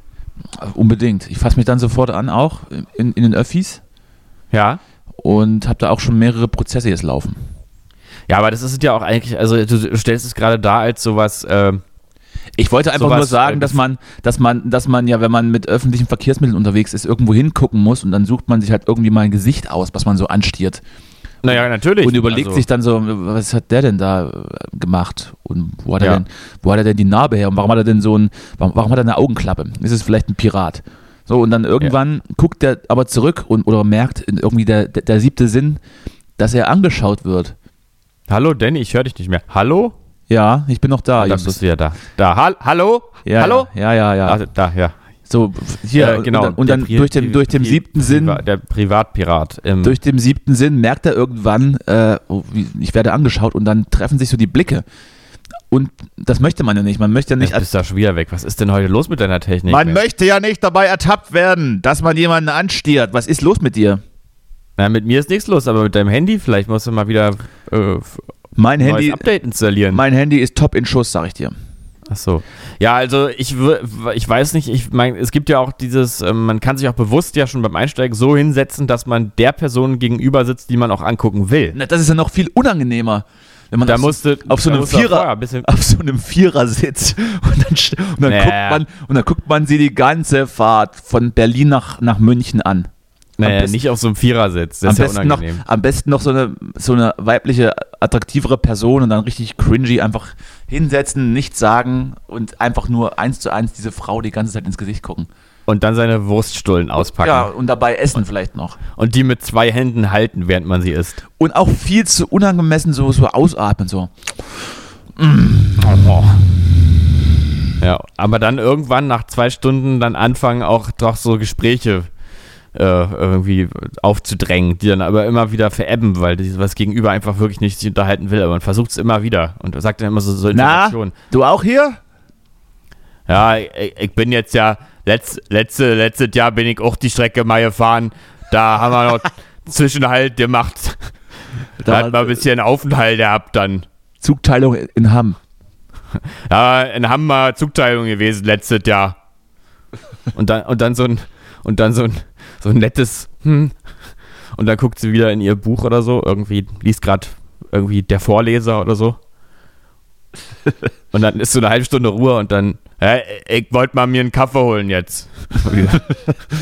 Speaker 1: Ah, Unbedingt. Ich fasse mich dann sofort an, auch in, in den Öffis
Speaker 2: Ja.
Speaker 1: und habe da auch schon mehrere Prozesse jetzt laufen.
Speaker 2: Ja, aber das ist ja auch eigentlich, also du stellst es gerade da als sowas, ähm,
Speaker 1: Ich wollte einfach
Speaker 2: Sowas,
Speaker 1: nur sagen,
Speaker 2: äh,
Speaker 1: dass man, dass man, dass man ja, wenn man mit öffentlichen Verkehrsmitteln unterwegs ist, irgendwo hingucken muss und dann sucht man sich halt irgendwie mal ein Gesicht aus, was man so anstiert.
Speaker 2: naja, natürlich.
Speaker 1: und überlegt
Speaker 2: also,
Speaker 1: sich dann so, was hat der denn da äh, gemacht? Und wo hat, er
Speaker 2: Ja.
Speaker 1: denn, wo hat er denn die Narbe her? Und warum hat er denn so ein, warum, warum hat er eine Augenklappe? Ist es vielleicht ein Pirat? So, und dann irgendwann guckt der aber zurück und oder merkt in- irgendwie der, der, der siebte Sinn, dass er angeschaut wird.
Speaker 2: Hallo, Danny, ich höre dich nicht mehr. Hallo?
Speaker 1: Ja, ich bin noch da,
Speaker 2: Ah, da
Speaker 1: Justus.
Speaker 2: bist du ja da. Da, hal hallo?
Speaker 1: Ja,
Speaker 2: hallo?
Speaker 1: Ja, ja, ja.
Speaker 2: Ah, da, ja.
Speaker 1: so, hier,
Speaker 2: Äh, genau.
Speaker 1: Und dann, und dann
Speaker 2: Der
Speaker 1: durch, den, durch den
Speaker 2: Pri-
Speaker 1: siebten Sinn,
Speaker 2: Priva- Der Privatpirat. Im,
Speaker 1: durch den siebten Sinn merkt er irgendwann, äh, oh, wie- ich werde angeschaut und dann treffen sich so die Blicke. Und das möchte man ja nicht. Man möchte ja nicht
Speaker 2: Jetzt bist du da schon wieder weg. Was ist denn heute los mit deiner Technik?
Speaker 1: Man
Speaker 2: Mensch?
Speaker 1: möchte ja nicht dabei ertappt werden, dass man jemanden anstiert. Was ist los mit dir?
Speaker 2: Na, mit mir ist nichts los, aber mit deinem Handy vielleicht musst du mal wieder äh, f-
Speaker 1: Mein
Speaker 2: neues
Speaker 1: Handy,
Speaker 2: Update installieren.
Speaker 1: mein Handy ist top in Schuss, sag ich dir.
Speaker 2: Ach so. Ja, also ich, wür- ich weiß nicht, ich mein, es gibt ja auch dieses, ähm, man kann sich auch bewusst ja schon beim Einsteigen so hinsetzen, dass man der Person gegenüber sitzt, die man auch angucken will.
Speaker 1: Na, das ist ja noch viel unangenehmer. Wenn man
Speaker 2: Da
Speaker 1: auf, so-
Speaker 2: musste
Speaker 1: auf so
Speaker 2: da
Speaker 1: einem
Speaker 2: musste auch
Speaker 1: Vierer,
Speaker 2: vorher ein bisschen-
Speaker 1: auf so einem Vierer sitzt <laughs> und dann, st- und, dann
Speaker 2: Naja.
Speaker 1: guckt man, und dann guckt man sie die ganze Fahrt von Berlin nach, nach München an.
Speaker 2: Naja,
Speaker 1: besten-
Speaker 2: nicht auf so einem Vierersitz. Das
Speaker 1: am,
Speaker 2: ist ja
Speaker 1: besten noch,
Speaker 2: unangenehm.
Speaker 1: am besten noch so eine, so eine weibliche, attraktivere Person und dann richtig cringy einfach hinsetzen, nichts sagen und einfach nur eins zu eins diese Frau die ganze Zeit ins Gesicht gucken.
Speaker 2: Und dann seine Wurststullen auspacken.
Speaker 1: Ja, und dabei essen vielleicht noch.
Speaker 2: Und die mit zwei Händen halten, während man sie isst.
Speaker 1: Und auch viel zu unangemessen so, so ausatmen, so.
Speaker 2: Ja, aber dann irgendwann nach zwei Stunden dann anfangen auch doch so Gespräche äh, irgendwie aufzudrängen, die dann aber immer wieder verebben, weil die- was gegenüber einfach wirklich nicht sich unterhalten will, aber man versucht es immer wieder und sagt dann immer so, so Informationen.
Speaker 1: du auch hier?
Speaker 2: Ja, ich, ich bin jetzt ja, letzt, letzte, letztes Jahr bin ich auch die Strecke mal gefahren, da haben wir noch <laughs> Zwischenhalt gemacht, da hat man ein bisschen Aufenthalt gehabt dann.
Speaker 1: Zugteilung in Hamm.
Speaker 2: Ja, in Hammer Zugteilung gewesen letztes Jahr. Und dann, und dann so ein, und dann so ein, so ein nettes, hm. Und dann guckt sie wieder in ihr Buch oder so, irgendwie, liest gerade irgendwie der Vorleser oder so. Und dann ist so eine halbe Stunde Ruhe und dann, hä, ich wollte mal mir einen Kaffee holen jetzt. <laughs>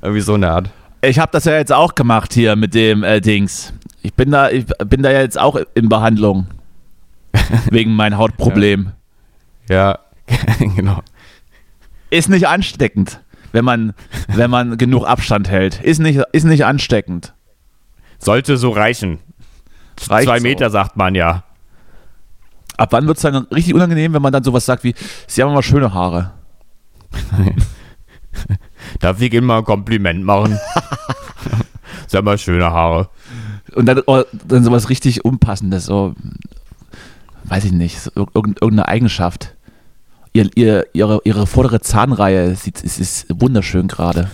Speaker 2: irgendwie so eine Art.
Speaker 1: Ich habe das ja jetzt auch gemacht hier mit dem äh, Dings. Ich bin da, ich bin da ja jetzt auch in
Speaker 2: <laughs>
Speaker 1: Behandlung. Wegen meinem Hautproblem.
Speaker 2: Ja, <laughs> genau.
Speaker 1: Ist nicht ansteckend, wenn man, wenn man genug Abstand hält. Ist nicht, ist nicht ansteckend.
Speaker 2: Sollte so reichen.
Speaker 1: Reicht
Speaker 2: Zwei
Speaker 1: so.
Speaker 2: Meter sagt man ja.
Speaker 1: Ab wann wird's dann richtig unangenehm, wenn man dann sowas sagt wie, Sie haben aber schöne Haare.
Speaker 2: Darf ich Ihnen mal ein Kompliment <laughs> machen? Sie haben mal schöne Haare.
Speaker 1: Und dann, oh, dann sowas richtig Unpassendes, so, weiß ich nicht, so, ir- irgend- irgendeine Eigenschaft. Ihr, ihr, ihre, ihre vordere Zahnreihe sieht, ist, ist wunderschön gerade.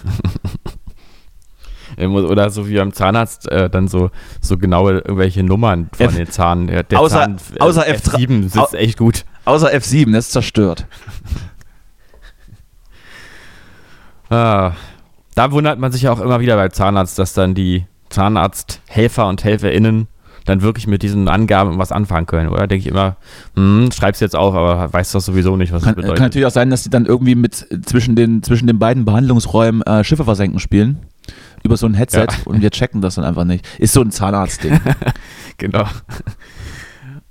Speaker 2: Er muss- Oder so wie beim Zahnarzt äh, dann so, so genaue irgendwelche Nummern von
Speaker 1: F-
Speaker 2: den Zahnen. Der, der
Speaker 1: Außer-
Speaker 2: Zahn,
Speaker 1: außer F-
Speaker 2: F7
Speaker 1: au-
Speaker 2: sitzt echt gut.
Speaker 1: Außer F7, das ist zerstört.
Speaker 2: Ah. Da wundert man sich ja auch immer wieder beim Zahnarzt, dass dann die Zahnarzthelfer und HelferInnen dann wirklich mit diesen Angaben was anfangen können, oder? Denke ich immer, hm, schreib's jetzt auf, aber weißt doch sowieso nicht, was
Speaker 1: Kann,
Speaker 2: das
Speaker 1: kann
Speaker 2: <laughs> bedeutet.
Speaker 1: natürlich auch sein, dass die dann irgendwie mit äh, zwischen den, zwischen den beiden Behandlungsräumen äh, Schiffe versenken spielen. Über so ein Headset
Speaker 2: Ja.
Speaker 1: und wir checken das dann
Speaker 2: <laughs>
Speaker 1: einfach nicht. Ist so ein Zahnarztding.
Speaker 2: Genau.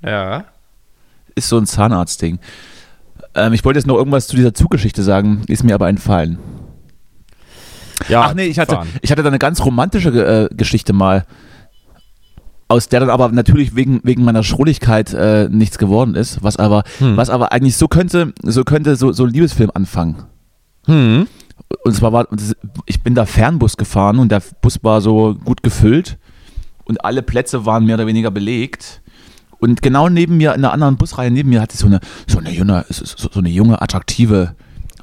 Speaker 2: ja.
Speaker 1: Ist so ein Zahnarztding. Ähm, ich wollte jetzt noch irgendwas zu dieser Zuggeschichte sagen, ist mir aber entfallen.
Speaker 2: Ja,
Speaker 1: Ach nee, ich hatte,
Speaker 2: fahren.
Speaker 1: ich hatte da eine ganz romantische äh, Geschichte mal, aus der dann aber natürlich wegen, wegen meiner Schrulligkeit äh, nichts geworden ist, was aber,
Speaker 2: Hm.
Speaker 1: was aber eigentlich so könnte, so könnte so, so ein Liebesfilm anfangen.
Speaker 2: Hm.
Speaker 1: Und zwar war, und das- ich bin da Fernbus gefahren und der Bus war so gut gefüllt und alle Plätze waren mehr oder weniger belegt. Und genau neben mir, in der anderen Busreihe neben mir, hatte ich so eine, so eine junge, so, so so eine junge, attraktive,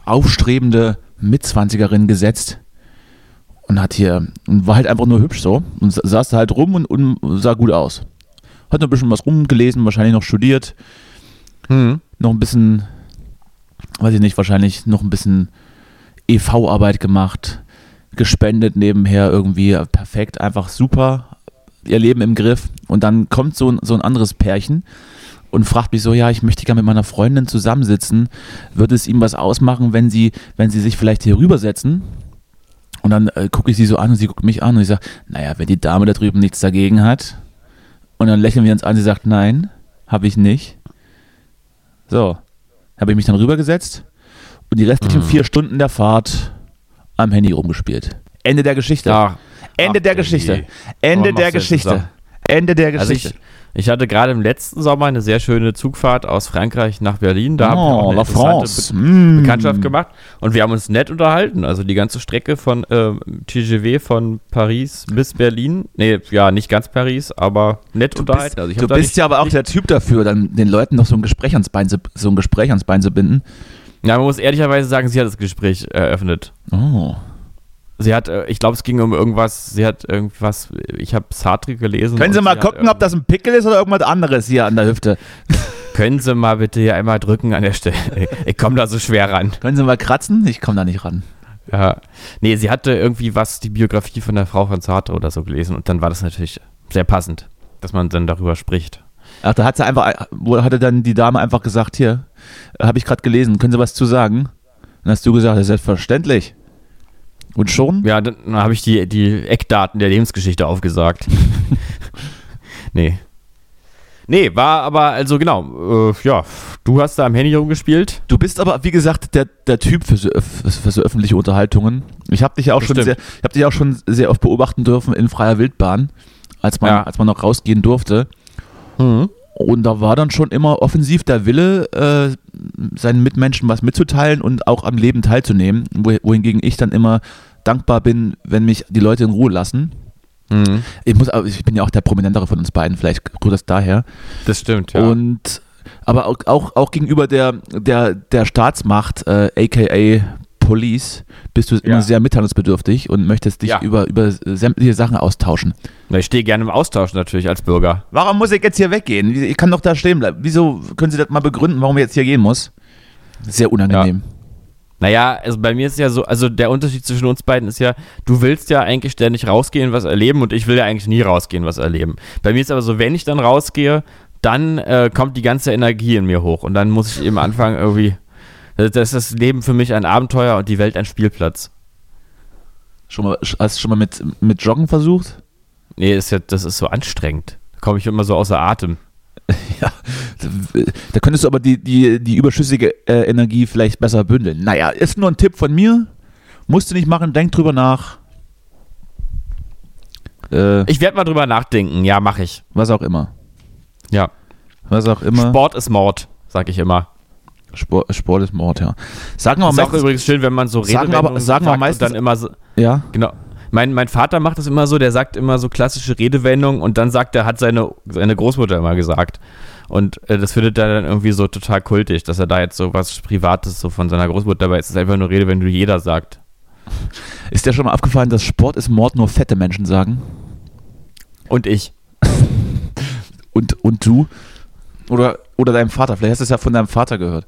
Speaker 1: aufstrebende Mitzwanzigerin gesetzt und hat hier, und war halt einfach nur hübsch so und sa- saß da halt rum und, und sah gut aus. Hat noch ein bisschen was rumgelesen, wahrscheinlich noch studiert,
Speaker 2: Hm.
Speaker 1: noch ein bisschen, weiß ich nicht, wahrscheinlich noch ein bisschen EV-Arbeit E gemacht, gespendet nebenher irgendwie, perfekt, einfach super, ihr Leben im Griff. Und dann kommt so ein, so ein anderes Pärchen und fragt mich so, ja, ich möchte gerne mit meiner Freundin zusammensitzen. Würde es ihm was ausmachen, wenn sie, wenn sie sich vielleicht hier rübersetzen? Und dann äh, gucke ich sie so an und sie guckt mich an und ich sage, naja, wenn die Dame da drüben nichts dagegen hat. Und dann lächeln wir uns an, sie sagt, nein, habe ich nicht. So, habe ich mich dann rübergesetzt und die restlichen vier Stunden der Fahrt am Handy rumgespielt. Ende der Geschichte.
Speaker 2: Ja.
Speaker 1: Ende
Speaker 2: Ach,
Speaker 1: der Geschichte.
Speaker 2: Diggi.
Speaker 1: Ende
Speaker 2: Warum
Speaker 1: der
Speaker 2: machst du das
Speaker 1: Geschichte.
Speaker 2: zusammen?
Speaker 1: Ende der
Speaker 2: Also
Speaker 1: Geschichte.
Speaker 2: ich, ich hatte gerade im letzten Sommer eine sehr schöne Zugfahrt aus Frankreich nach Berlin. Da habe ich auch
Speaker 1: oh,
Speaker 2: eine
Speaker 1: La
Speaker 2: interessante
Speaker 1: France.
Speaker 2: Be
Speaker 1: Mm.
Speaker 2: Bekanntschaft gemacht und wir haben uns nett unterhalten. Also die ganze Strecke von äh, TGV von Paris bis Berlin. Nee, ja, nicht ganz Paris, aber nett
Speaker 1: Du
Speaker 2: unterhalten.
Speaker 1: bist,
Speaker 2: also ich
Speaker 1: du
Speaker 2: hab da
Speaker 1: bist
Speaker 2: nicht,
Speaker 1: ja aber auch der Typ dafür, dann den Leuten noch so ein Gespräch ans Bein zu, so ein Gespräch ans Bein zu binden.
Speaker 2: ja, man muss ehrlicherweise sagen, sie hat das Gespräch eröffnet.
Speaker 1: Oh.
Speaker 2: Sie hat, äh, ich glaube, es ging um irgendwas, sie hat irgendwas, ich habe Sartre gelesen.
Speaker 1: Können Sie
Speaker 2: und
Speaker 1: mal
Speaker 2: hat
Speaker 1: gucken, ob das ein Pickel ist oder irgendwas anderes hier an der Hüfte.
Speaker 2: Können Sie mal bitte hier einmal drücken an der Stelle? <laughs> Ich komme da so schwer ran.
Speaker 1: Können Sie mal kratzen? Ich komme da nicht ran.
Speaker 2: Ja. Nee, sie hatte irgendwie was, die Biografie von der Frau von Sartre oder so gelesen und dann war das natürlich sehr passend, dass man dann darüber spricht.
Speaker 1: Ach, da hat sie einfach, wo hatte dann die Dame einfach gesagt, hier, habe ich gerade gelesen, können Sie was zu sagen? Dann hast du gesagt, das ist selbstverständlich. Und schon?
Speaker 2: Ja, dann, dann habe ich die, die Eckdaten der Lebensgeschichte <laughs> aufgesagt. nee. Nee, war aber, also genau, äh, ja, du hast da am Handy rumgespielt.
Speaker 1: Du bist aber, wie gesagt, der, der Typ für so, öff- für so öffentliche Unterhaltungen. Ich habe dich ja auch
Speaker 2: Das
Speaker 1: schon
Speaker 2: stimmt.
Speaker 1: sehr, ich hab dich auch schon sehr oft beobachten dürfen in freier Wildbahn, als man,
Speaker 2: Ja.
Speaker 1: als man noch rausgehen durfte.
Speaker 2: Mhm.
Speaker 1: Und da war dann schon immer offensiv der Wille, äh, seinen Mitmenschen was mitzuteilen und auch am Leben teilzunehmen, wo- wohingegen ich dann immer dankbar bin, wenn mich die Leute in Ruhe lassen.
Speaker 2: Mhm.
Speaker 1: Ich muss, aber- ich bin ja auch der prominentere von uns beiden, vielleicht rührt das daher.
Speaker 2: Das stimmt,
Speaker 1: Und aber auch, auch, auch gegenüber der, der, der Staatsmacht, äh, aka Police, bist du immer sehr mitteilungsbedürftig und möchtest dich
Speaker 2: Ja.
Speaker 1: über, über sämtliche Sachen austauschen.
Speaker 2: Na, ich stehe gerne im Austausch natürlich als Bürger.
Speaker 1: Warum muss ich jetzt hier weggehen? Ich kann doch da stehen bleiben. Wieso können Sie das mal begründen, warum ich jetzt hier gehen muss? Sehr unangenehm.
Speaker 2: Naja, also bei mir ist ja so, also der Unterschied zwischen uns beiden ist ja, du willst ja eigentlich ständig rausgehen, was erleben und ich will ja eigentlich nie rausgehen, was erleben. Bei mir ist aber so, wenn ich dann rausgehe, dann äh, kommt die ganze Energie in mir hoch und dann muss ich eben anfangen irgendwie, das ist das Leben für mich ein Abenteuer und die Welt ein Spielplatz.
Speaker 1: Schon mal, hast du schon mal mit, mit Joggen versucht?
Speaker 2: Nee, ist ja, das ist so anstrengend. Da komme ich immer so außer Atem.
Speaker 1: <laughs> Ja. Da könntest du aber die, die, die überschüssige äh, Energie vielleicht besser bündeln. Naja, ist nur ein Tipp von mir. Musst du nicht machen, denk drüber nach. Äh,
Speaker 2: Ich werde mal drüber nachdenken, ja, mache ich.
Speaker 1: was auch immer.
Speaker 2: Ja.
Speaker 1: Was auch immer.
Speaker 2: Sport ist Mord, sag ich immer.
Speaker 1: Sport, Sport ist Mord, ja. Sagen wir
Speaker 2: Ist
Speaker 1: mal,
Speaker 2: auch übrigens schön, wenn man so redet.
Speaker 1: Sagen wir aber- sagen wir meistens-
Speaker 2: dann immer so,
Speaker 1: ja.
Speaker 2: Genau. Mein, mein Vater macht das immer so, der sagt immer so klassische Redewendungen und dann sagt er, hat seine, seine Großmutter immer gesagt. Und äh, das findet er dann irgendwie so total kultig, dass er da jetzt so was Privates so von seiner Großmutter dabei ist. Es ist einfach nur Redewendung, die jeder sagt.
Speaker 1: Ist dir schon mal aufgefallen, dass Sport ist Mord nur fette Menschen sagen?
Speaker 2: Und ich.
Speaker 1: Und, und du? Oder, oder deinem Vater? Vielleicht hast du es ja von deinem Vater gehört.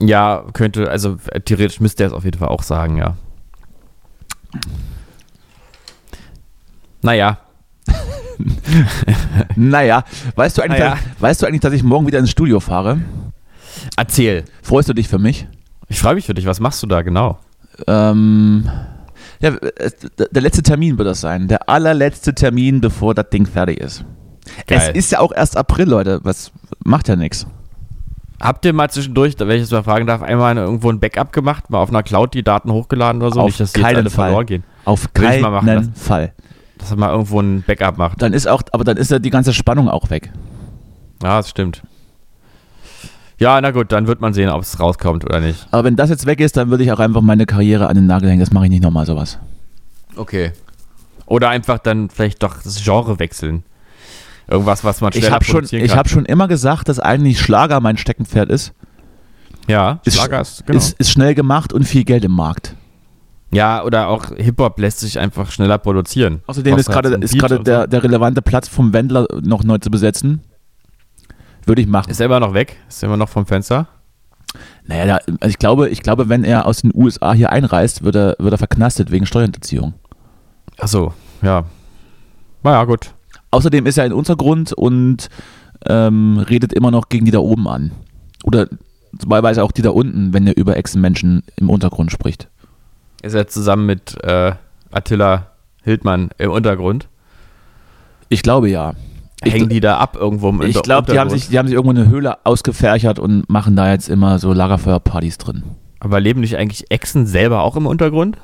Speaker 2: Ja, könnte, also äh, theoretisch müsste er es auf jeden Fall auch sagen, ja. Naja,
Speaker 1: Naja, weißt du, eigentlich,
Speaker 2: Naja.
Speaker 1: Dass, weißt du eigentlich, dass ich morgen wieder ins Studio fahre?
Speaker 2: erzähl.
Speaker 1: Freust du dich für mich?
Speaker 2: Ich freue mich für dich. Was machst du da genau?
Speaker 1: Ähm, ja, äh, der letzte Termin wird das sein. Der allerletzte Termin, bevor das Ding fertig ist.
Speaker 2: Geil.
Speaker 1: Es ist ja auch erst April, Leute. Was, Macht ja nichts.
Speaker 2: Habt ihr mal zwischendurch, wenn ich das mal fragen darf, einmal irgendwo ein Backup gemacht, mal auf einer Cloud die Daten hochgeladen oder so?
Speaker 1: Auf
Speaker 2: die jetzt
Speaker 1: keinen
Speaker 2: alle
Speaker 1: Fall.
Speaker 2: verloren gehen.
Speaker 1: Auf
Speaker 2: Will ich mal machen
Speaker 1: keinen Fall.
Speaker 2: Dass er mal irgendwo ein Backup macht.
Speaker 1: Dann ist auch, aber dann ist ja die ganze Spannung auch weg.
Speaker 2: Ja, das stimmt. Ja, na gut, dann wird man sehen, ob es rauskommt oder nicht.
Speaker 1: Aber wenn das jetzt weg ist, dann würde ich auch einfach meine Karriere an den Nagel hängen. Das mache ich nicht nochmal sowas.
Speaker 2: Okay. Oder einfach dann vielleicht doch das Genre wechseln. Irgendwas, was man schneller
Speaker 1: Ich habe schon,
Speaker 2: produzieren
Speaker 1: ich
Speaker 2: kann.
Speaker 1: hab schon immer gesagt, dass eigentlich Schlager mein Steckenpferd ist.
Speaker 2: ja,
Speaker 1: Ist,
Speaker 2: Schlager ist, genau.
Speaker 1: ist, ist schnell gemacht und viel Geld im Markt.
Speaker 2: ja, oder auch Hip-Hop lässt sich einfach schneller produzieren.
Speaker 1: Außerdem ist
Speaker 2: Kostet
Speaker 1: gerade
Speaker 2: so ein
Speaker 1: ist
Speaker 2: Beat
Speaker 1: gerade
Speaker 2: und
Speaker 1: der, der relevante Platz vom Wendler noch neu zu besetzen. Würde ich
Speaker 2: So.
Speaker 1: machen.
Speaker 2: Ist er immer noch weg? Ist er immer noch vom Fenster?
Speaker 1: Naja, da, also ich, glaube, ich glaube, wenn er aus den USA hier einreist, wird er, wird er verknastet wegen Steuerhinterziehung.
Speaker 2: Achso, ja. Naja, gut.
Speaker 1: Außerdem ist er ein Untergrund und ähm, redet immer noch gegen die da oben an. Oder teilweise auch die da unten, wenn er über Ex-Menschen im Untergrund spricht.
Speaker 2: Ist er zusammen mit äh, Attila Hildmann im Untergrund?
Speaker 1: Ich glaube ja. Ich,
Speaker 2: Hängen die da ab irgendwo im
Speaker 1: ich
Speaker 2: Unter-
Speaker 1: glaube, die, haben
Speaker 2: Untergrund?
Speaker 1: sich- die haben sich irgendwo eine Höhle ausgeferchert und machen da jetzt immer so Lagerfeuerpartys drin.
Speaker 2: Aber leben nicht eigentlich Echsen selber auch im Untergrund?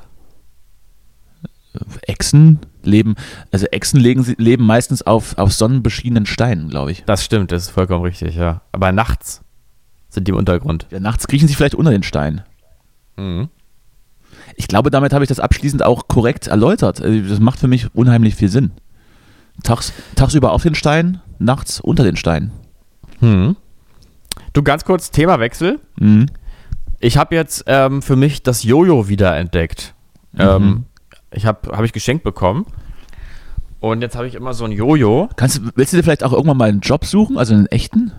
Speaker 1: Echsen leben, also Echsen legen, sie- leben meistens auf, auf sonnenbeschienenen Steinen, glaube ich.
Speaker 2: Das stimmt, das ist vollkommen richtig, ja. Aber nachts sind die im Untergrund.
Speaker 1: Ja, nachts kriechen sie vielleicht unter den Stein.
Speaker 2: Mhm.
Speaker 1: Ich glaube, damit habe ich das abschließend auch korrekt erläutert. Also, Das macht für mich unheimlich viel Sinn. Tags, tagsüber auf den Stein, nachts unter den Stein.
Speaker 2: Hm. Du, ganz kurz, Themawechsel.
Speaker 1: Mhm.
Speaker 2: Ich habe jetzt ähm, für mich das Jojo wiederentdeckt. Ähm, ich habe hab ich geschenkt bekommen. Und jetzt habe ich immer so ein Jojo.
Speaker 1: Kannst, du- willst du dir vielleicht auch irgendwann mal einen Job suchen, also einen echten?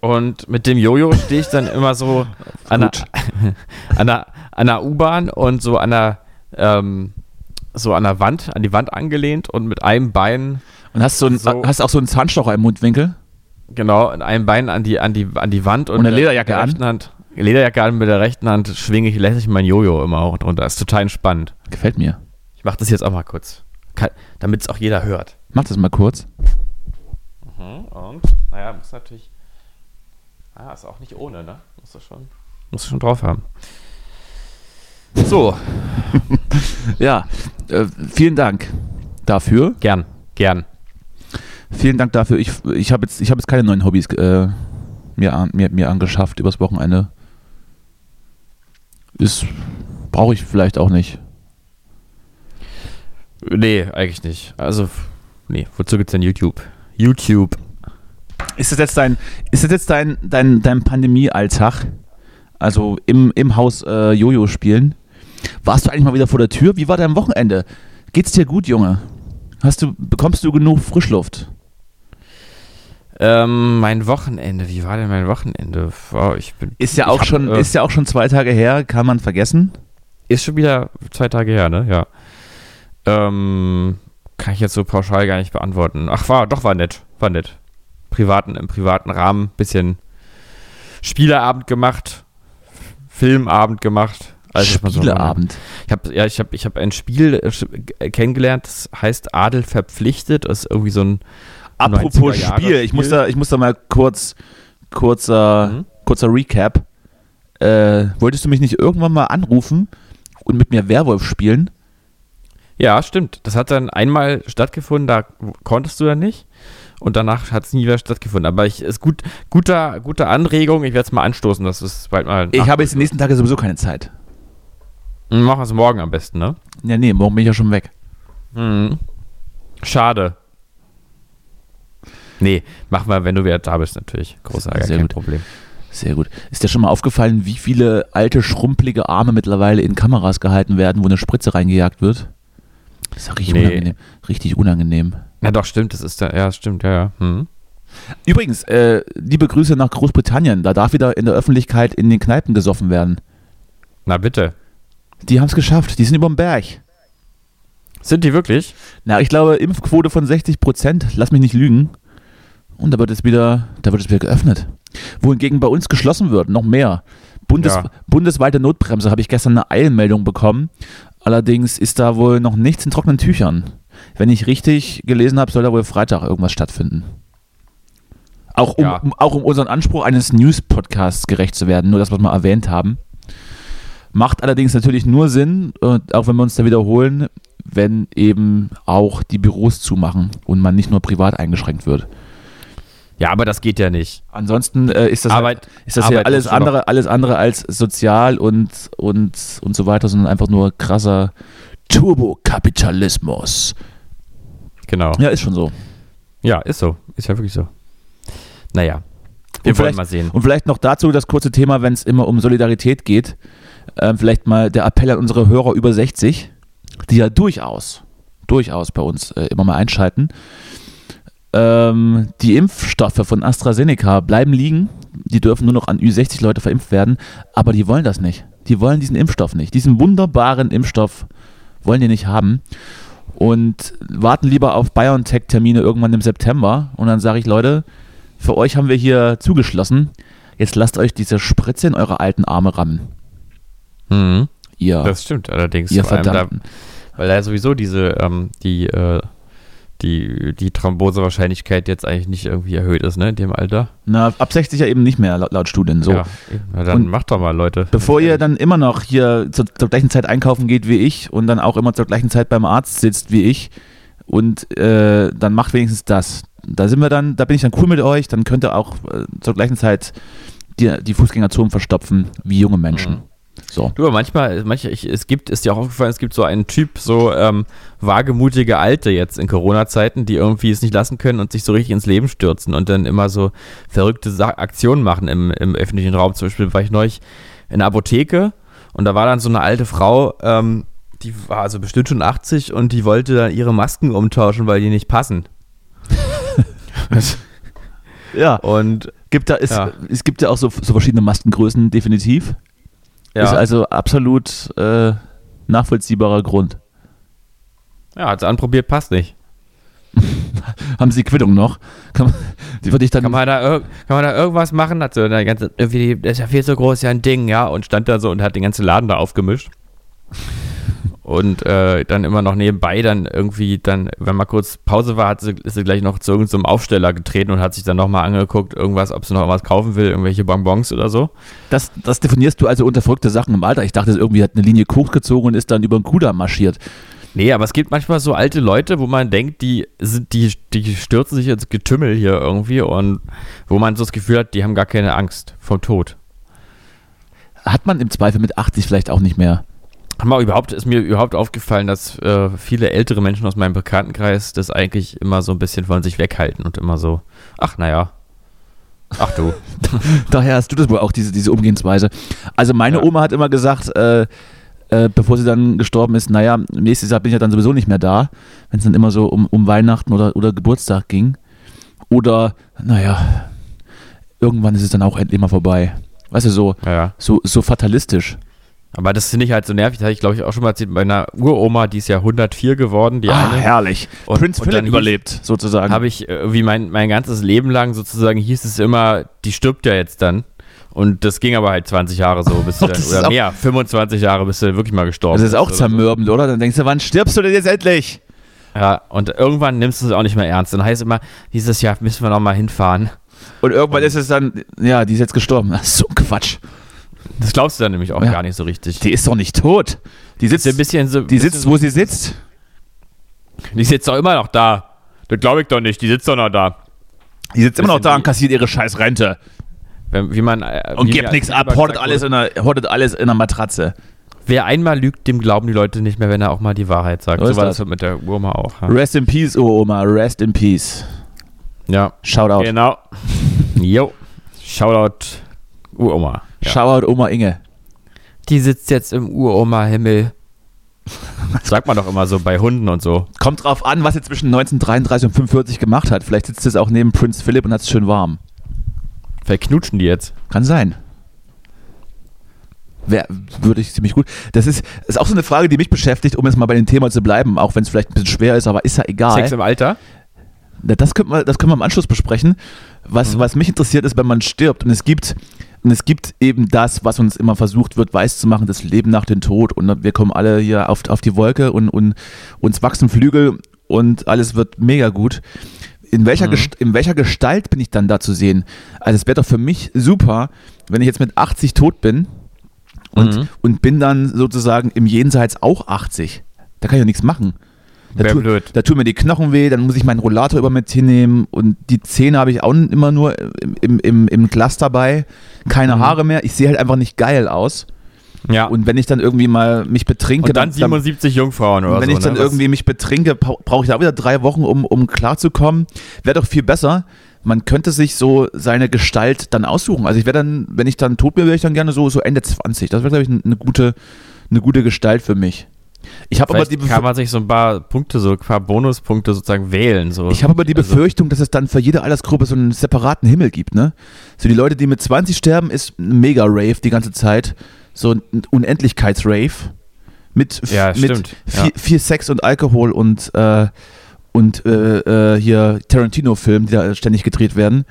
Speaker 2: Und mit dem Jojo stehe ich dann immer so an der,
Speaker 1: Gut.
Speaker 2: <laughs> an der, an der U-Bahn und so an der, ähm, so an der Wand, an die Wand angelehnt und mit einem Bein
Speaker 1: Und hast, so einen,
Speaker 2: So.
Speaker 1: hast auch so einen Zahnstocher im Mundwinkel?
Speaker 2: Genau, in einem Bein an die, an die, an die Wand und,
Speaker 1: Und eine Lederjacke
Speaker 2: mit der
Speaker 1: an?
Speaker 2: Rechten Hand, Lederjacke an mit der rechten Hand schwinge ich lässig mein Jojo immer auch drunter. Ist total entspannt.
Speaker 1: Gefällt mir.
Speaker 2: Ich mache das jetzt auch mal kurz, damit es auch jeder hört.
Speaker 1: Mach das mal kurz.
Speaker 2: Mhm, Und, naja, muss natürlich. Ah, ist auch nicht ohne, ne? Muss du schon, musst du schon drauf haben. So,
Speaker 1: Ja, äh, vielen Dank dafür.
Speaker 2: gern, gern.
Speaker 1: Vielen Dank dafür. Ich, ich habe jetzt, ich hab jetzt keine neuen Hobbys äh, mir, an- mir, mir angeschafft übers Wochenende. Ist brauche ich vielleicht auch nicht.
Speaker 2: Nee, eigentlich nicht. Also, f- nee, wozu gibt's denn YouTube? YouTube.
Speaker 1: Ist das jetzt dein, ist das jetzt dein, dein, dein Pandemie-Alltag? Also im, im Haus äh, Jojo spielen? Warst du eigentlich mal wieder vor der Tür? Wie war dein Wochenende? Geht's dir gut, Junge? Hast du, bekommst du genug Frischluft?
Speaker 2: Ähm, mein Wochenende, wie war denn mein Wochenende? Wow, ich bin.
Speaker 1: Ist ja
Speaker 2: Ich
Speaker 1: auch
Speaker 2: hab,
Speaker 1: schon,
Speaker 2: äh,
Speaker 1: ist ja auch schon zwei Tage her, kann man vergessen.
Speaker 2: Ist schon wieder zwei Tage her, ne? Ja. Ähm, kann ich jetzt so pauschal gar nicht beantworten. Ach, war, doch, war nett. War nett. Privaten, im privaten Rahmen, bisschen Spieleabend gemacht, Filmabend gemacht. alles, was man so
Speaker 1: Spieleabend.
Speaker 2: macht. ich habe ja, ich hab, ich hab ein Spiel äh, sch- äh, kennengelernt, das heißt Adel verpflichtet. Das ist irgendwie so ein. 90er
Speaker 1: Apropos
Speaker 2: Jahre
Speaker 1: Spiel, ich muss da, ich muss da mal kurz, kurzer,
Speaker 2: Mhm.
Speaker 1: kurzer Recap. Äh, wolltest du mich nicht irgendwann mal anrufen und mit mir Werwolf spielen?
Speaker 2: Ja, stimmt. Das hat dann einmal stattgefunden, da konntest du dann nicht. Und danach hat es nie wieder stattgefunden. Aber ich ist gut, guter, gute Anregung. Ich werde es mal anstoßen, dass es bald mal.
Speaker 1: Ich habe jetzt die nächsten Tage sowieso keine Zeit.
Speaker 2: Ach, Machen wir es morgen am besten, ne?
Speaker 1: Ja, nee, morgen bin ich ja schon weg.
Speaker 2: Schade. Nee, machen wir, wenn du wieder da bist, natürlich. Großartig,
Speaker 1: Sehr
Speaker 2: kein
Speaker 1: gut.
Speaker 2: Problem.
Speaker 1: Sehr gut. Ist dir schon mal aufgefallen, wie viele alte, schrumpelige Arme mittlerweile in Kameras gehalten werden, wo eine Spritze reingejagt wird? Das ist ja richtig
Speaker 2: Nee.
Speaker 1: unangenehm. Richtig unangenehm.
Speaker 2: Na doch, stimmt, das ist da. Ja, stimmt, ja, ja. Hm.
Speaker 1: Übrigens, äh, liebe Grüße nach Großbritannien. Da darf wieder in der Öffentlichkeit in den Kneipen gesoffen werden.
Speaker 2: Na bitte.
Speaker 1: Die haben es geschafft. Die sind überm Berg.
Speaker 2: Sind die wirklich?
Speaker 1: Na, ich glaube, Impfquote von 60 Prozent, lass mich nicht lügen. Und da wird es wieder, da wird es wieder geöffnet. Wohingegen bei uns geschlossen wird, noch mehr. Bundes,
Speaker 2: Ja.
Speaker 1: Bundesweite Notbremse habe ich gestern eine Eilmeldung bekommen. Allerdings ist da wohl noch nichts in trockenen Tüchern. Wenn ich richtig gelesen habe, soll da wohl Freitag irgendwas stattfinden. Auch um,
Speaker 2: Ja.
Speaker 1: um, auch um unseren Anspruch eines News-Podcasts gerecht zu werden, nur das, was wir mal erwähnt haben. Macht allerdings natürlich nur Sinn, und auch wenn wir uns da wiederholen, wenn eben auch die Büros zumachen und man nicht nur privat eingeschränkt wird.
Speaker 2: Ja, aber das geht ja nicht.
Speaker 1: Ansonsten äh, ist das,
Speaker 2: Arbeit-
Speaker 1: ist das ja
Speaker 2: Arbeit
Speaker 1: alles
Speaker 2: musst du noch-
Speaker 1: andere, alles andere als sozial und, und, und so weiter, sondern einfach nur krasser Turbokapitalismus.
Speaker 2: Genau.
Speaker 1: Ja, ist schon so.
Speaker 2: Ja, ist so. Ist ja wirklich so. Naja. Wir
Speaker 1: Und
Speaker 2: wollen
Speaker 1: vielleicht-
Speaker 2: mal sehen.
Speaker 1: Und vielleicht noch dazu das kurze Thema, wenn es immer um Solidarität geht. Ähm, vielleicht mal der Appell an unsere Hörer über 60, die ja durchaus, durchaus bei uns äh, immer mal einschalten. Ähm, die Impfstoffe von AstraZeneca bleiben liegen. Die dürfen nur noch an Ü60 Leute verimpft werden, aber die wollen das nicht. Die wollen diesen Impfstoff nicht. Diesen wunderbaren Impfstoff wollen die nicht haben und warten lieber auf BioNTech-Termine irgendwann im September. Und dann sage ich, Leute, für euch haben wir hier zugeschlossen. Jetzt lasst euch diese Spritze in eure alten Arme rammen.
Speaker 2: Mhm.
Speaker 1: Ihr,
Speaker 2: Das stimmt allerdings.
Speaker 1: ihr
Speaker 2: Vor allem da,
Speaker 1: verdammten.
Speaker 2: weil da sowieso diese, ähm, die, äh, die, die Thrombosewahrscheinlichkeit jetzt eigentlich nicht irgendwie erhöht ist, ne, in dem Alter.
Speaker 1: Na, ab 60 ja eben nicht mehr, laut, laut Studien. So.
Speaker 2: Ja, na dann
Speaker 1: Und-
Speaker 2: macht doch mal, Leute.
Speaker 1: Bevor ihr dann immer noch hier zur, zur gleichen Zeit einkaufen geht wie ich und dann auch immer zur gleichen Zeit beim Arzt sitzt wie ich und äh, dann macht wenigstens das. Da sind wir dann, da bin ich dann cool mit euch, dann könnt ihr auch äh, zur gleichen Zeit die, die Fußgängerzonen verstopfen wie junge Menschen.
Speaker 2: Mhm.
Speaker 1: So.
Speaker 2: Du, aber manchmal, manche, ich, es gibt, ist dir auch aufgefallen, es gibt so einen Typ, so ähm, wagemutige Alte jetzt in Corona-Zeiten, die irgendwie es nicht lassen können und sich so richtig ins Leben stürzen und dann immer so verrückte Sa Aktionen machen im, im öffentlichen Raum. Zum Beispiel war ich neulich in der Apotheke und da war dann so eine alte Frau, ähm, die war also bestimmt schon 80 und die wollte dann ihre Masken umtauschen, weil die nicht passen.
Speaker 1: Ja,
Speaker 2: Und
Speaker 1: gibt da, ist,
Speaker 2: Ja.
Speaker 1: es gibt ja auch so, so verschiedene Maskengrößen, definitiv.
Speaker 2: ja,
Speaker 1: Ist also absolut äh, nachvollziehbarer Grund.
Speaker 2: ja hat sie anprobiert, passt nicht.
Speaker 1: Haben Sie die Quittung noch? Kann man, die würde ich dann.
Speaker 2: Kann man, halt da, irg- kann man da irgendwas machen? Hat so eine ganze, irgendwie, das ist ja viel zu groß, ja ein Ding, ja. Und stand da so und hat den ganzen Laden da aufgemischt. Und äh, dann immer noch nebenbei dann irgendwie, dann, wenn mal kurz Pause war, hat sie, ist sie gleich noch zu irgendeinem Aufsteller getreten und hat sich dann nochmal angeguckt, irgendwas, ob sie noch was kaufen will, irgendwelche Bonbons oder so.
Speaker 1: das, das definierst du also unter verrückte Sachen im Alter. Ich dachte, irgendwie hat eine Linie Koks gezogen und ist dann über den Kuda marschiert.
Speaker 2: Nee, aber es gibt manchmal so alte Leute, wo man denkt, die sind, die, die stürzen sich ins Getümmel hier irgendwie und wo man so das Gefühl hat, die haben gar keine Angst vom Tod.
Speaker 1: Hat man im Zweifel mit 80 vielleicht auch nicht mehr.
Speaker 2: Haben wir überhaupt, ist mir überhaupt aufgefallen, dass äh, viele ältere Menschen aus meinem Bekanntenkreis das eigentlich immer so ein bisschen von sich weghalten und immer so, ach naja, ach
Speaker 1: <laughs>
Speaker 2: du.
Speaker 1: Daher hast du das wohl auch, diese, diese Umgehensweise. Also meine
Speaker 2: Ja.
Speaker 1: Oma hat immer gesagt, äh, äh, bevor sie dann gestorben ist, naja, nächstes Jahr bin ich ja dann sowieso nicht mehr da, wenn es dann immer so um, um Weihnachten oder, oder Geburtstag ging. Oder, naja, irgendwann ist es dann auch endlich mal vorbei. Weißt du, so,
Speaker 2: naja.
Speaker 1: so, so fatalistisch.
Speaker 2: Aber das finde ich halt so nervig, das habe ich glaube ich auch schon mal erzählt, bei einer Uroma, die ist ja 104 geworden, die
Speaker 1: Ah,
Speaker 2: eine.
Speaker 1: herrlich.
Speaker 2: ne? Und-
Speaker 1: Prince
Speaker 2: und
Speaker 1: Philip
Speaker 2: dann hieß-
Speaker 1: überlebt, sozusagen.
Speaker 2: habe ich äh, wie mein, mein ganzes Leben lang sozusagen hieß es immer, die stirbt ja jetzt dann. Und das ging aber halt 20 Jahre so,
Speaker 1: <laughs>
Speaker 2: bis du
Speaker 1: Das
Speaker 2: dann,
Speaker 1: ist
Speaker 2: oder
Speaker 1: auch-
Speaker 2: mehr, 25 Jahre, bis du wirklich mal gestorben
Speaker 1: das ist auch
Speaker 2: bist. oder so.
Speaker 1: zermürbend, oder? Dann denkst du, wann stirbst du denn jetzt endlich?
Speaker 2: Ja, und irgendwann nimmst du es auch nicht mehr ernst. Dann heißt es immer, dieses Jahr müssen wir nochmal hinfahren.
Speaker 1: Und irgendwann ist es dann, ja, die ist jetzt gestorben. Das ist so ein Quatsch.
Speaker 2: Das glaubst du dann nämlich auch
Speaker 1: Ja.
Speaker 2: gar nicht so richtig.
Speaker 1: Die ist doch nicht tot. Die sitzt,
Speaker 2: ist ein bisschen so,
Speaker 1: die sitzt wo sie sitzt.
Speaker 2: die sitzt doch immer noch da. Das glaube ich doch nicht, die sitzt doch noch da.
Speaker 1: Die sitzt immer noch
Speaker 2: bisschen
Speaker 1: da
Speaker 2: wie-
Speaker 1: und kassiert ihre scheiß Rente.
Speaker 2: Wenn, wie man, äh,
Speaker 1: Und
Speaker 2: wie
Speaker 1: gibt
Speaker 2: mir
Speaker 1: nichts
Speaker 2: als Kind
Speaker 1: ab,
Speaker 2: immer
Speaker 1: hortet
Speaker 2: gesagt
Speaker 1: alles,
Speaker 2: wurde,
Speaker 1: in einer, hortet alles in einer Matratze.
Speaker 2: Wer einmal lügt, dem glauben die Leute nicht mehr, wenn er auch mal die Wahrheit sagt.
Speaker 1: So
Speaker 2: So
Speaker 1: ist
Speaker 2: war
Speaker 1: das.
Speaker 2: das mit der Urma auch. Ja.
Speaker 1: Rest in peace, oh Oma, rest in peace.
Speaker 2: ja.
Speaker 1: Shoutout.
Speaker 2: Genau. Jo. Shoutout Uroma. Ja.
Speaker 1: Shoutout Oma Inge.
Speaker 2: Die sitzt jetzt
Speaker 1: <laughs>
Speaker 2: im Uroma-Himmel. Sagt man doch immer so bei Hunden und so.
Speaker 1: Kommt drauf an, was sie zwischen 1933 und 45 gemacht hat. Vielleicht sitzt es auch neben Prinz Philipp und hat es schön warm.
Speaker 2: Verknutschen die jetzt.
Speaker 1: Kann sein. Wär, würde ich ziemlich gut. Das ist, ist auch so eine Frage, die mich beschäftigt, um jetzt mal bei dem Thema zu bleiben, auch wenn es vielleicht ein bisschen schwer ist, aber ist ja
Speaker 2: Sex
Speaker 1: egal.
Speaker 2: im Alter?
Speaker 1: Na, Das können, wir, das können wir im Anschluss besprechen. Was, was mich interessiert ist, wenn man stirbt und es gibt. Und es gibt eben das, was uns immer versucht wird, weiß zu machen, das Leben nach dem Tod. Und ne, wir kommen alle hier auf, auf die Wolke und, und uns wachsen Flügel und alles wird mega gut. in welcher, Gest in welcher Gestalt bin ich dann da zu sehen? Also es wäre doch für mich super, wenn ich jetzt mit 80 tot bin und, und bin dann sozusagen im Jenseits auch 80. Da kann ich ja nichts machen. Da,
Speaker 2: Wär
Speaker 1: tu-
Speaker 2: blöd.
Speaker 1: da tun mir die Knochen weh, dann muss ich meinen Rollator über mit hinnehmen und die Zähne habe ich auch immer nur im, im, im, im Glas dabei. Keine
Speaker 2: Mhm.
Speaker 1: Haare mehr. Ich sehe halt einfach nicht geil aus.
Speaker 2: Ja. Und,
Speaker 1: Und wenn ich dann irgendwie mal mich betrinke,
Speaker 2: dann 77 Jungfrauen oder
Speaker 1: und wenn
Speaker 2: so.
Speaker 1: ich dann
Speaker 2: ne?
Speaker 1: irgendwie mich betrinke, brau- brauche ich da auch wieder drei Wochen, um, um klarzukommen. Wäre doch viel besser. Man könnte sich so seine Gestalt dann aussuchen. Also ich wäre dann, wenn ich dann tot bin, wäre ich dann gerne so, so Ende 20. Das wäre, glaube ich, eine gute, eine gute Gestalt für mich. Ich habe aber
Speaker 2: Vielleicht
Speaker 1: die,
Speaker 2: kann
Speaker 1: Befür
Speaker 2: man sich so ein paar Punkte, so ein paar Bonuspunkte sozusagen wählen. So.
Speaker 1: ich habe aber die
Speaker 2: Also-
Speaker 1: Befürchtung, dass es dann für jede Altersgruppe so einen separaten Himmel gibt. Ne? So die Leute, die mit 20 sterben, ist ein Mega-Rave die ganze Zeit. So ein Unendlichkeits-Rave. Mit, f-
Speaker 2: Ja,
Speaker 1: mit
Speaker 2: stimmt.
Speaker 1: viel,
Speaker 2: Ja.
Speaker 1: viel Sex und Alkohol und, äh, und äh, äh, hier Tarantino-Filmen, die da ständig gedreht werden.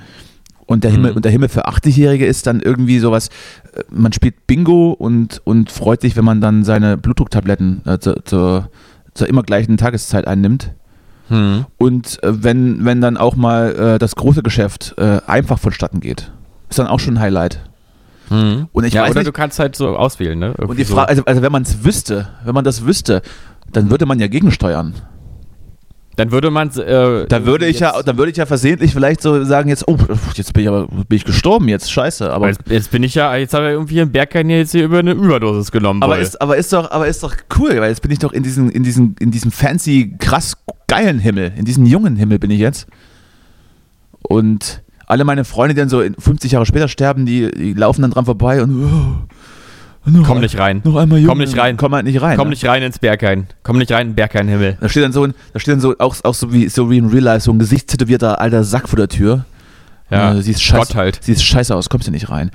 Speaker 1: Und der,
Speaker 2: Mhm.
Speaker 1: Himmel, und der Himmel für 80-Jährige ist dann irgendwie sowas, äh, man spielt Bingo und, und freut sich, wenn man dann seine Blutdrucktabletten äh, zu, zu, zur immer gleichen Tageszeit einnimmt.
Speaker 2: Hm.
Speaker 1: Und äh, wenn, wenn dann auch mal äh, das große Geschäft äh, einfach vonstatten geht, ist dann auch schon ein Highlight.
Speaker 2: Hm.
Speaker 1: Und ich
Speaker 2: ja,
Speaker 1: weiß
Speaker 2: oder
Speaker 1: nicht-
Speaker 2: du kannst halt so auswählen, ne?
Speaker 1: Und
Speaker 2: Irgendwie
Speaker 1: die Frage, also, also wenn man es wüsste, wenn man das wüsste, dann würde man ja gegensteuern.
Speaker 2: so. Dann würde man. Äh,
Speaker 1: Dann würde ich ja, dann würde ich ja versehentlich vielleicht so sagen jetzt, oh, jetzt bin ich aber bin ich gestorben, jetzt scheiße. Aber,
Speaker 2: Aber jetzt, jetzt bin ich ja. Jetzt habe ich irgendwie im Berghain hier jetzt hier über eine Überdosis genommen.
Speaker 1: aber
Speaker 2: Boy.
Speaker 1: ist, aber ist doch, aber ist doch cool, weil jetzt bin ich doch in diesem, in diesem, in diesem fancy, krass geilen Himmel, in diesem jungen Himmel bin ich jetzt. Und alle meine Freunde, die dann so in 50 Jahre später sterben, die, die laufen dann dran vorbei und oh, noch
Speaker 2: Komm
Speaker 1: ein-
Speaker 2: nicht rein.
Speaker 1: Noch einmal jung,
Speaker 2: Komm nicht rein.
Speaker 1: Komm halt nicht rein.
Speaker 2: Komm
Speaker 1: ne?
Speaker 2: nicht rein ins Berghain. Komm nicht rein
Speaker 1: <laughs>
Speaker 2: in Berghain-Himmel.
Speaker 1: Da steht dann so, ein- da steht dann so auch, auch so wie so wie in Real Life so ein gesichtstätowierter alter Sack vor der Tür.
Speaker 2: Ja.
Speaker 1: Äh, siehst scheiße,
Speaker 2: Gott halt.
Speaker 1: Siehst scheiße aus, kommst du nicht rein.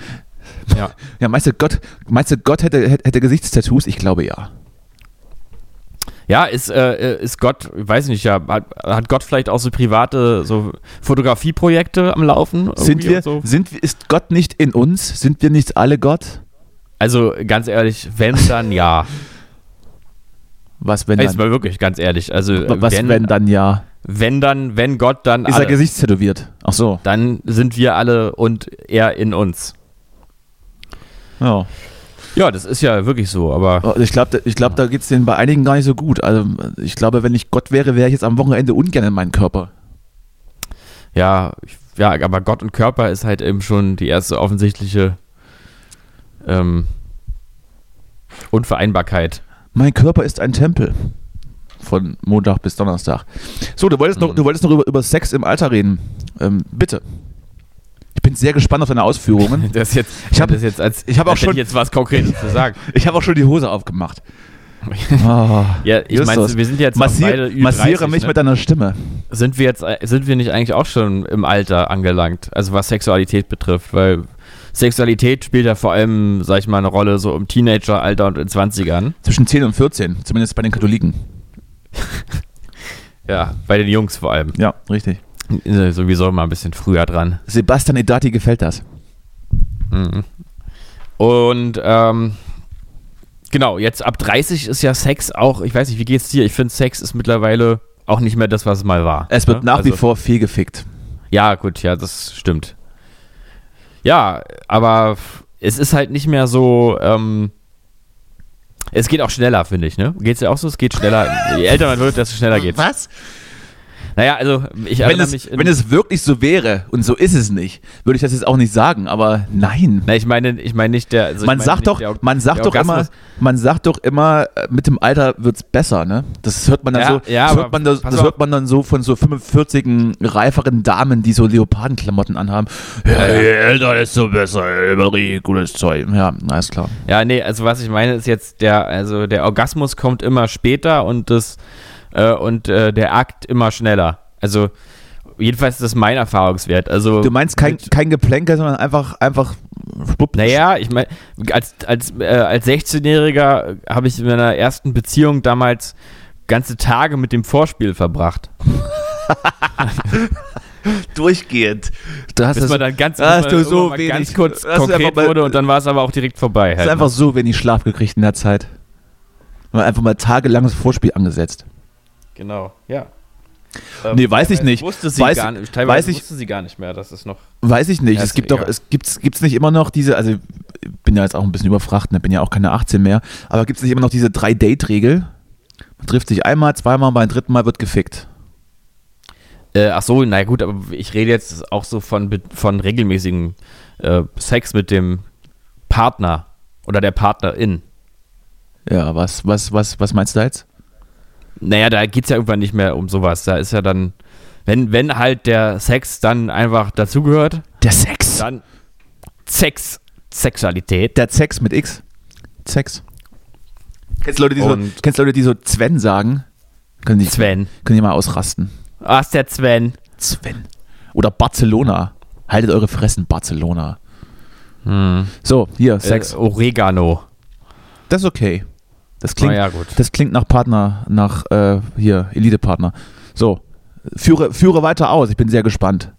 Speaker 2: Ja.
Speaker 1: Ja, meinst du Gott, meinst du Gott hätte, hätte, hätte Gesichtstattoos? Ich glaube ja.
Speaker 2: Ja, ist, äh, ist Gott, ich weiß nicht, ja, hat, hat Gott vielleicht auch so private so Fotografieprojekte am Laufen?
Speaker 1: Sind
Speaker 2: irgendwie
Speaker 1: wir,
Speaker 2: und so?
Speaker 1: sind, wir- ist Gott nicht in uns? Sind wir nicht alle Gott?
Speaker 2: Also ganz ehrlich, wenn dann ja.
Speaker 1: Was <laughs> wenn
Speaker 2: Jetzt
Speaker 1: dann?
Speaker 2: mal wirklich ganz ehrlich. Also äh,
Speaker 1: Was wenn, dann ja?
Speaker 2: wenn dann, wenn Gott dann
Speaker 1: Ist er
Speaker 2: alle,
Speaker 1: gesichtstätowiert? Ach so.
Speaker 2: dann sind wir alle und er in uns.
Speaker 1: Ja.
Speaker 2: Ja, das ist ja wirklich so, aber
Speaker 1: Oh, Ich glaube, ich glaub, da geht es denen bei einigen gar nicht so gut. Also ich glaube, wenn ich Gott wäre, wäre ich jetzt am Wochenende ungern in meinem Körper.
Speaker 2: ja, ich- ja, aber Gott und Körper ist halt eben schon die erste offensichtliche ähm, Unvereinbarkeit.
Speaker 1: Mein Körper ist ein Tempel. Von Montag bis Donnerstag. So, du wolltest
Speaker 2: Mhm.
Speaker 1: noch, du wolltest noch über, über Sex im Alter reden. Ähm, bitte. Ich bin sehr gespannt auf deine Ausführungen.
Speaker 2: <laughs> Das jetzt,
Speaker 1: Ich hab-
Speaker 2: das jetzt als,
Speaker 1: ich hab auch
Speaker 2: als hätte
Speaker 1: schon-
Speaker 2: jetzt was Konkretes zu sagen.
Speaker 1: Ich habe auch schon die Hose
Speaker 2: <laughs>
Speaker 1: aufgemacht. Ah,
Speaker 2: Ja, ich
Speaker 1: Justus,
Speaker 2: meine, wir sind jetzt auch
Speaker 1: massier,
Speaker 2: beide Ü30,
Speaker 1: massiere mich
Speaker 2: ne?
Speaker 1: mit deiner Stimme.
Speaker 2: Sind wir jetzt, äh, sind wir nicht eigentlich auch schon im Alter angelangt? Also was Sexualität betrifft, weil Sexualität spielt ja vor allem, sag ich mal, eine Rolle so im Teenageralter und in 20ern.
Speaker 1: Zwischen 10 und 14, zumindest bei den Katholiken.
Speaker 2: Ja, bei den Jungs vor allem.
Speaker 1: Ja, richtig.
Speaker 2: Äh, Sowieso immer ein bisschen früher dran.
Speaker 1: Sebastian Edati gefällt das.
Speaker 2: Und ähm, genau, jetzt ab 30 ist ja Sex auch, ich weiß nicht, wie geht's dir? Ich finde, Sex ist mittlerweile auch nicht mehr das, was es mal war.
Speaker 1: Es wird
Speaker 2: Ne?
Speaker 1: nach
Speaker 2: Also-
Speaker 1: wie vor viel gefickt.
Speaker 2: Ja, gut, ja, das stimmt. Ja, aber es ist halt nicht mehr so. Ähm, es geht auch schneller, finde ich, ne? Geht's dir auch so? Es geht schneller. Je älter man wird, desto schneller geht's.
Speaker 1: Was?
Speaker 2: Naja, also ich
Speaker 1: Wenn
Speaker 2: erinnere
Speaker 1: es,
Speaker 2: mich. in-
Speaker 1: wenn es wirklich so wäre, und so ist es nicht, würde ich das jetzt auch nicht sagen, aber nein.
Speaker 2: na, ich meine, ich meine nicht der. Also ich
Speaker 1: man
Speaker 2: meine
Speaker 1: sagt
Speaker 2: nicht
Speaker 1: doch,
Speaker 2: der Or-
Speaker 1: man
Speaker 2: der
Speaker 1: sagt doch immer,
Speaker 2: Orgasmus.
Speaker 1: man sagt doch immer, äh, mit dem Alter wird's besser, ne? Das hört man dann
Speaker 2: Ja,
Speaker 1: so,
Speaker 2: ja,
Speaker 1: das,
Speaker 2: aber
Speaker 1: hört man, das,
Speaker 2: pass
Speaker 1: das
Speaker 2: auf.
Speaker 1: hört man dann so von so 45 reiferen Damen, die so Leopardenklamotten anhaben. Ja, je älter, desto besser, ey, Marie, gutes Zeug. Ja, alles klar.
Speaker 2: Ja, nee, also was ich meine ist jetzt der, also der Orgasmus kommt immer später und das äh, und äh, der Akt immer schneller. Also jedenfalls ist das mein Erfahrungswert. Also
Speaker 1: Du meinst kein, kein Geplänkel, sondern einfach, einfach schwupp.
Speaker 2: Naja, ich meine, als, als, äh, als 16-Jähriger habe ich in meiner ersten Beziehung damals ganze Tage mit dem Vorspiel verbracht.
Speaker 1: durchgehend. Du hast
Speaker 2: Bis
Speaker 1: das,
Speaker 2: man dann ganz,
Speaker 1: hast
Speaker 2: bis man
Speaker 1: du so
Speaker 2: irgendwann mal
Speaker 1: wenig,
Speaker 2: ganz
Speaker 1: hast
Speaker 2: kurz
Speaker 1: du
Speaker 2: konkret
Speaker 1: einfach mal-
Speaker 2: wurde und dann war es aber auch direkt vorbei.
Speaker 1: hast
Speaker 2: Halt.
Speaker 1: einfach so wenig Schlaf gekriegt in der Zeit. Man hat einfach mal tagelanges Vorspiel angesetzt.
Speaker 2: Genau, ja.
Speaker 1: Nee, weiß ich nicht.
Speaker 2: Wusste sie
Speaker 1: Weiß-
Speaker 2: gar nicht.
Speaker 1: weiß
Speaker 2: Teilweise
Speaker 1: ich-
Speaker 2: wusste sie gar nicht mehr. Das ist noch.
Speaker 1: Weiß ich nicht.
Speaker 2: Ja,
Speaker 1: es
Speaker 2: ist
Speaker 1: gibt
Speaker 2: egal.
Speaker 1: doch, es gibt's, gibt's nicht immer noch diese, also ich bin ja jetzt auch ein bisschen überfrachtet, ne, bin ja auch keine 18 mehr, aber gibt es nicht immer noch diese Drei-Date-Regel? Man trifft sich einmal, zweimal, beim dritten Mal wird gefickt.
Speaker 2: Äh, ach so, na gut, aber ich rede jetzt auch so von, be- von regelmäßigen äh, Sex mit dem Partner oder der Partnerin.
Speaker 1: Ja, was, was, was, was meinst du da jetzt?
Speaker 2: Naja, da geht es ja irgendwann nicht mehr um sowas. Da ist ja dann, wenn, wenn halt der Sex dann einfach dazugehört,
Speaker 1: Der Sex.
Speaker 2: dann Sex, Sexualität.
Speaker 1: Der Sex mit X. Sex. Kennst du Leute, die, so,
Speaker 2: Und-
Speaker 1: kennst du Leute, die so Sven sagen? Können die,
Speaker 2: Sven.
Speaker 1: Können die mal ausrasten.
Speaker 2: Ah, ist der Sven.
Speaker 1: Sven. Oder Barcelona. Haltet eure Fressen, Barcelona. So, hier, Sex.
Speaker 2: Äh, Oregano.
Speaker 1: Das ist okay. Das klingt,
Speaker 2: Na ja, gut.
Speaker 1: Das klingt nach Partner, nach äh, hier, Elite-Partner. So, führe, führe weiter aus. Ich bin sehr gespannt.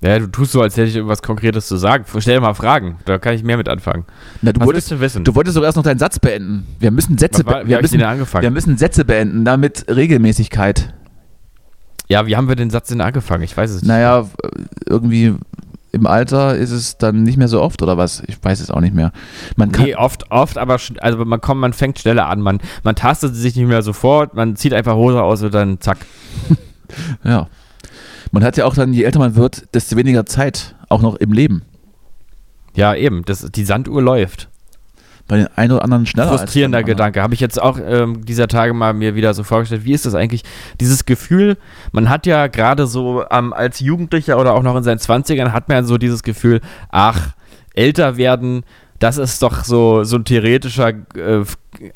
Speaker 2: Ja, du tust so, als hätte ich irgendwas Konkretes zu sagen. Stell mal Fragen, da kann ich mehr mit anfangen.
Speaker 1: Na, du,
Speaker 2: Was
Speaker 1: wolltest,
Speaker 2: willst du wissen?
Speaker 1: du wolltest doch erst noch deinen Satz beenden. Wir müssen Sätze
Speaker 2: Wa- wa-
Speaker 1: be-
Speaker 2: wie
Speaker 1: wir
Speaker 2: hab ich
Speaker 1: müssen,
Speaker 2: denn angefangen?
Speaker 1: Wir müssen Sätze beenden, damit Regelmäßigkeit.
Speaker 2: Ja, wie haben wir den Satz denn angefangen? Ich weiß es nicht.
Speaker 1: Naja, irgendwie im Alter ist es dann nicht mehr so oft oder was? Ich weiß es auch nicht mehr. Man kann,
Speaker 2: Nee, oft, oft, aber sch- also man kommt, man fängt schneller an, man, man tastet sich nicht mehr sofort, man zieht einfach Hose aus und dann zack.
Speaker 1: ja. Man hat ja auch dann, je älter man wird, desto weniger Zeit auch noch im Leben.
Speaker 2: Ja, eben, das, die Sanduhr läuft.
Speaker 1: Bei den einen oder anderen schneller. Ne, als
Speaker 2: Frustrierender
Speaker 1: bei den anderen.
Speaker 2: Gedanke. Habe ich jetzt auch ähm, dieser Tage mal mir wieder so vorgestellt, wie ist das eigentlich? Dieses Gefühl, man hat ja gerade so ähm, als Jugendlicher oder auch noch in seinen 20ern hat man so dieses Gefühl, ach, älter werden, das ist doch so, so ein theoretischer äh,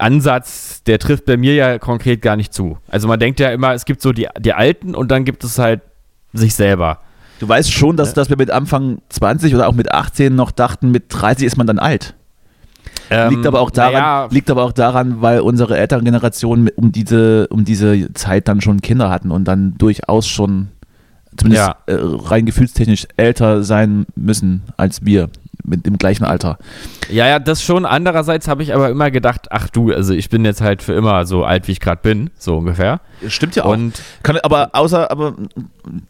Speaker 2: Ansatz, der trifft bei mir ja konkret gar nicht zu. Also man denkt ja immer, es gibt so die, die Alten und dann gibt es halt sich selber.
Speaker 1: Du weißt schon, dass, dass wir mit Anfang 20 oder auch mit 18 noch dachten, mit 30 ist man dann alt. liegt aber auch daran,
Speaker 2: Ähm, naja,
Speaker 1: liegt aber auch daran, weil unsere älteren Generationen mit- um diese, um diese Zeit dann schon Kinder hatten und dann durchaus schon zumindest
Speaker 2: Ja.
Speaker 1: äh, rein gefühlstechnisch älter sein müssen als wir mit dem gleichen Alter.
Speaker 2: Ja, ja, das schon. Andererseits habe ich aber immer gedacht, ach du, also ich bin jetzt halt für immer so alt, wie ich gerade bin, so ungefähr.
Speaker 1: Stimmt ja
Speaker 2: Und
Speaker 1: Kann, aber außer, aber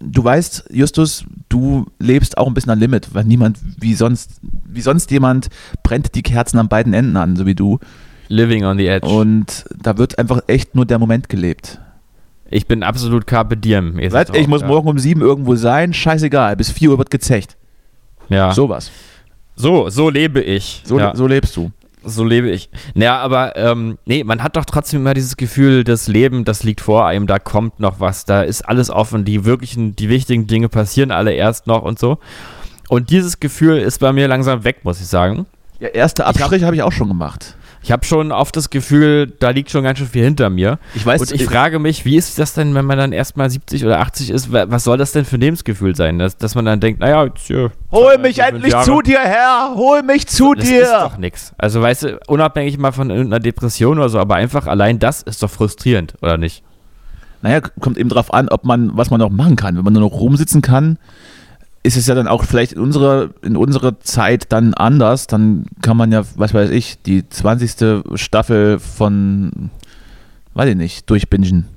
Speaker 1: du weißt, Justus, du lebst auch ein bisschen am Limit, weil niemand wie sonst, wie sonst jemand brennt die Kerzen an beiden Enden an, so wie du.
Speaker 2: Living on the Edge.
Speaker 1: Und da wird einfach echt nur der Moment gelebt.
Speaker 2: ich bin absolut Carpe Diem. Jetzt
Speaker 1: Weißt,
Speaker 2: drauf,
Speaker 1: ich muss
Speaker 2: ja.
Speaker 1: morgen um sieben irgendwo sein, scheißegal, bis vier Uhr wird gezecht.
Speaker 2: Ja. So,
Speaker 1: Sowas.
Speaker 2: so, lebe ich.
Speaker 1: So,
Speaker 2: ja,
Speaker 1: so lebst du.
Speaker 2: so lebe ich. Naja, aber ähm, nee, man hat doch trotzdem immer dieses Gefühl, das Leben, das liegt vor einem, da kommt noch was, da ist alles offen, die wirklichen, die wichtigen Dinge passieren alle erst noch und so. Und dieses Gefühl ist bei mir langsam weg, muss ich sagen.
Speaker 1: Ja, erste
Speaker 2: hab-
Speaker 1: Abstriche habe hab ich auch schon gemacht.
Speaker 2: Ich habe schon oft das Gefühl, da liegt schon ganz schön viel hinter mir.
Speaker 1: Ich weiß-
Speaker 2: Und ich frage mich, wie ist das denn, wenn man dann erstmal 70 oder 80 ist? Wa- Was soll das denn für ein Lebensgefühl sein? Dass, dass man dann denkt, naja, jetzt hier.
Speaker 1: Hol
Speaker 2: mich endlich zu
Speaker 1: dir her! Hol mich zu
Speaker 2: Das ist doch nichts. Also, weißt du, unabhängig mal von irgendeiner Depression oder so, aber einfach allein das ist doch frustrierend, oder nicht?
Speaker 1: Naja, kommt eben drauf an, ob man, was man noch machen kann. Wenn man nur noch rumsitzen kann, ist es ja dann auch vielleicht in unserer, in unserer Zeit dann anders. Dann kann man ja, was weiß ich, die 20. Staffel von, weiß ich nicht, durchbingen.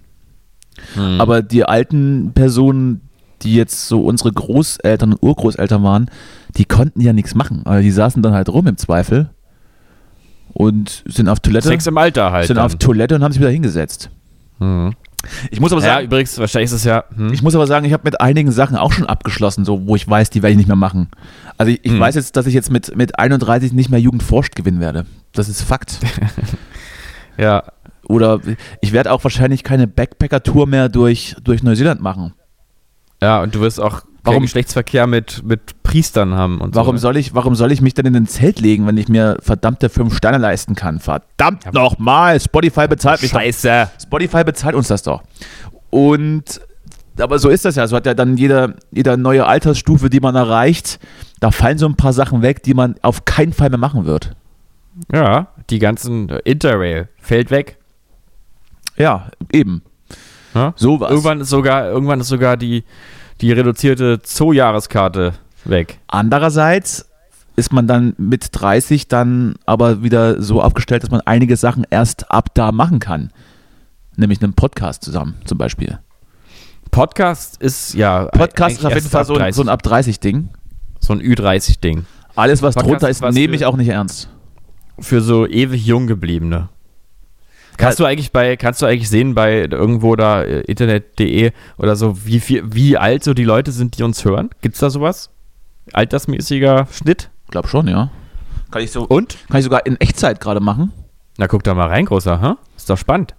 Speaker 1: Aber die alten Personen, die jetzt so unsere Großeltern und Urgroßeltern waren, die konnten ja nichts machen. Also die saßen dann halt rum im Zweifel und sind auf Toilette,
Speaker 2: Sex im Alter halt.
Speaker 1: sind
Speaker 2: dann. Hm.
Speaker 1: auf Toilette und haben sich wieder hingesetzt. Ich muss aber
Speaker 2: ja,
Speaker 1: sagen,
Speaker 2: übrigens, wahrscheinlich ist es ja. Hm?
Speaker 1: ich muss aber sagen, ich habe mit einigen Sachen auch schon abgeschlossen, so wo ich weiß, die werde ich nicht mehr machen. Also ich, ich
Speaker 2: Mhm.
Speaker 1: weiß jetzt, dass ich jetzt mit, mit 31 nicht mehr Jugend forscht gewinnen werde. Das ist
Speaker 2: <laughs>
Speaker 1: Fakt.
Speaker 2: Ja.
Speaker 1: Oder ich werde auch wahrscheinlich keine Backpacker-Tour mehr durch, durch Neuseeland machen.
Speaker 2: Ja, und du wirst auch
Speaker 1: Warum-
Speaker 2: keinen Geschlechtsverkehr mit, mit Priestern haben und
Speaker 1: Warum
Speaker 2: so. ne?
Speaker 1: soll ich, warum soll ich mich denn in den Zelt legen, wenn ich mir verdammte fünf Sterne leisten kann? Verdammt nochmal, Spotify bezahlt mich. doch.
Speaker 2: Scheiße.
Speaker 1: Spotify bezahlt uns das doch. Und aber so ist das ja. So hat ja dann jeder, jeder neue Altersstufe, die man erreicht, da fallen so ein paar Sachen weg, die man auf keinen Fall mehr machen wird.
Speaker 2: Ja, die ganzen Interrail fällt weg. ne?
Speaker 1: Ja, eben.
Speaker 2: Ja?
Speaker 1: So was.
Speaker 2: Irgendwann ist sogar, irgendwann ist sogar die, die reduzierte Zoo-Jahreskarte weg.
Speaker 1: Andererseits ist man dann mit 30 dann aber wieder so aufgestellt, dass man einige Sachen erst ab da machen kann. Nämlich einen Podcast zusammen zum Beispiel.
Speaker 2: Podcast ist ja.
Speaker 1: Podcast ist auf jeden
Speaker 2: eigentlich erst
Speaker 1: Fall
Speaker 2: ab
Speaker 1: so ein,
Speaker 2: 30.
Speaker 1: so ein ab 30 Ding.
Speaker 2: so ein Ü30-Ding.
Speaker 1: Alles, was
Speaker 2: Podcast
Speaker 1: drunter
Speaker 2: ist
Speaker 1: ist,
Speaker 2: was
Speaker 1: nehme
Speaker 2: für-
Speaker 1: ich auch nicht ernst.
Speaker 2: Für so ewig jung gebliebene. Kannst
Speaker 1: Äh,
Speaker 2: du eigentlich bei, kannst du eigentlich sehen bei irgendwo da äh, internet.de oder so, wie viel, wie alt so die Leute sind, die uns hören? Gibt's da sowas? Altersmäßiger Schnitt?
Speaker 1: Glaub schon, ja. Kann ich, so,
Speaker 2: Und?
Speaker 1: kann ich sogar in Echtzeit gerade machen.
Speaker 2: Na guck da mal rein, großer, hä? Ist doch spannend.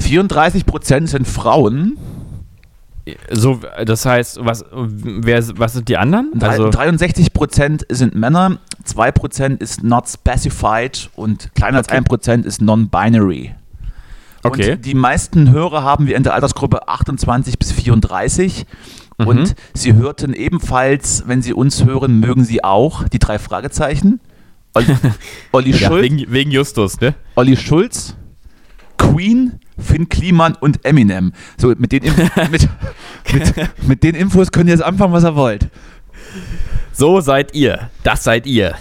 Speaker 1: 34% sind Frauen,
Speaker 2: So, das heißt, was, wer, was sind die anderen?
Speaker 1: also 63% sind Männer, 2% ist not specified und kleiner als 1% ist non-binary.
Speaker 2: okay.
Speaker 1: Und die meisten Hörer haben wir in der Altersgruppe 28 bis 34.
Speaker 2: Mhm.
Speaker 1: Und sie hörten ebenfalls, wenn sie uns hören, mögen sie auch die drei Fragezeichen.
Speaker 2: <laughs>
Speaker 1: Olli, Olli,
Speaker 2: ja,
Speaker 1: Schulz,
Speaker 2: wegen, wegen Justus, ne?
Speaker 1: Olli Schulz, Queen, Finn Kliman und Eminem. So, mit den,
Speaker 2: <laughs>
Speaker 1: Inf- mit, mit, mit den Infos könnt ihr jetzt anfangen, was ihr wollt.
Speaker 2: So seid ihr. Das seid ihr.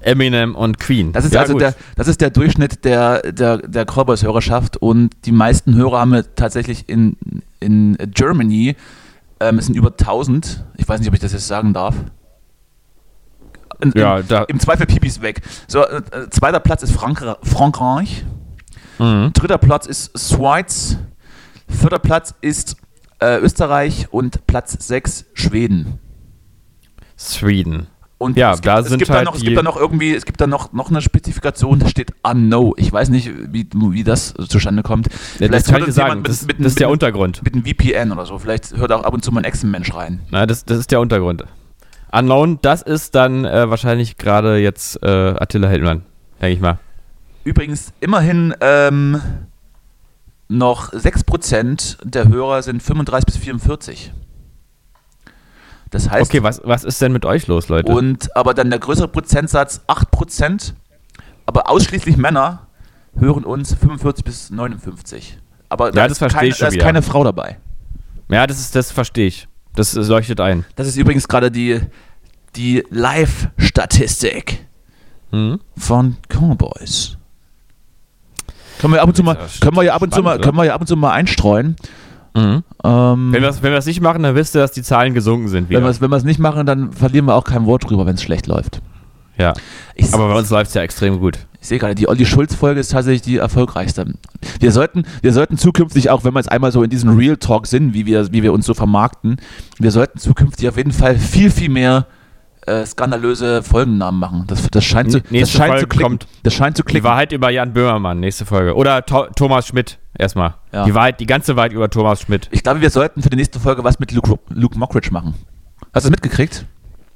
Speaker 2: Eminem und Queen.
Speaker 1: Das ist
Speaker 2: Ja,
Speaker 1: also
Speaker 2: gut.
Speaker 1: der, das ist der Durchschnitt der, der, der Cowboys-Hörerschaft und die meisten Hörer haben wir tatsächlich in, in Germany, ähm, es sind über 1000, ich weiß nicht, ob ich das jetzt sagen darf. In,
Speaker 2: Ja,
Speaker 1: im,
Speaker 2: da-
Speaker 1: Im Zweifel Pipis weg. So, äh, äh, zweiter Platz ist Frankra Frankreich,
Speaker 2: Mhm.
Speaker 1: dritter Platz ist Schweiz, vierter Platz ist äh, Österreich und Platz 6 Schweden.
Speaker 2: Sweden.
Speaker 1: Und
Speaker 2: Ja,
Speaker 1: es gibt,
Speaker 2: da
Speaker 1: es
Speaker 2: sind
Speaker 1: gibt
Speaker 2: halt
Speaker 1: da noch, es
Speaker 2: die-
Speaker 1: gibt da noch irgendwie, es gibt da noch, noch eine Spezifikation, da steht unknown. Ich weiß nicht, wie, wie das zustande kommt.
Speaker 2: Ja, das kann ich dir
Speaker 1: uns
Speaker 2: sagen.
Speaker 1: jemand
Speaker 2: Das, das ist der Untergrund.
Speaker 1: mit einem VPN oder so. Vielleicht hört auch ab und zu mal ein Echsenmensch rein.
Speaker 2: Na, das, das ist der Untergrund. Unknown, das ist dann äh, wahrscheinlich gerade jetzt äh, Attila Hildmann, denke ich mal.
Speaker 1: Übrigens, immerhin ähm, noch 6% der Hörer sind 35 bis 44. Das heißt,
Speaker 2: Okay, was, was ist denn mit euch los, Leute?
Speaker 1: und aber dann der größere Prozentsatz 8%, aber ausschließlich Männer hören uns 45 bis 59. Aber da
Speaker 2: Ja,
Speaker 1: ist
Speaker 2: das verstehe
Speaker 1: keine,
Speaker 2: ich schon
Speaker 1: da ist
Speaker 2: wieder.
Speaker 1: keine Frau dabei.
Speaker 2: ja, das ist, das verstehe ich. Das äh, leuchtet ein.
Speaker 1: Das ist übrigens gerade die, die Live-Statistik
Speaker 2: Mhm.
Speaker 1: von Cowboys. Können wir ab und zu mal,
Speaker 2: Ja,
Speaker 1: können wir ja ab und zu
Speaker 2: spannend,
Speaker 1: mal,
Speaker 2: oder?
Speaker 1: können wir ja ab und zu mal einstreuen.
Speaker 2: Mhm.
Speaker 1: Ähm,
Speaker 2: Wenn wir es wenn wir's nicht machen, dann wisst ihr, dass die Zahlen gesunken sind
Speaker 1: wenn wir
Speaker 2: wieder.
Speaker 1: es wenn wir's nicht machen, dann verlieren wir auch kein Wort drüber, wenn es schlecht läuft.
Speaker 2: Ja.
Speaker 1: Ich,
Speaker 2: Aber bei uns läuft es ja extrem gut.
Speaker 1: Ich sehe gerade, die Olli Schulz-Folge ist tatsächlich die erfolgreichste. Wir sollten, wir sollten zukünftig, auch wenn wir jetzt einmal so in diesem Real Talk sind, wie wir, wie wir uns so vermarkten, wir sollten zukünftig auf jeden Fall viel, viel mehr äh, skandalöse Folgennamen machen. Das, das scheint zu, das
Speaker 2: Nächste
Speaker 1: scheint
Speaker 2: Folge
Speaker 1: zu klicken.
Speaker 2: kommt.
Speaker 1: Das scheint zu
Speaker 2: Die
Speaker 1: klicken.
Speaker 2: Wahrheit über Jan Böhmermann, nächste Folge. Oder to Thomas Schmidt erstmal.
Speaker 1: Ja.
Speaker 2: Die Wahrheit, die ganze Wahrheit über Thomas Schmidt.
Speaker 1: Ich glaube, wir sollten für die nächste Folge was mit Luke, Luke Mockridge machen. Hast du das mitgekriegt?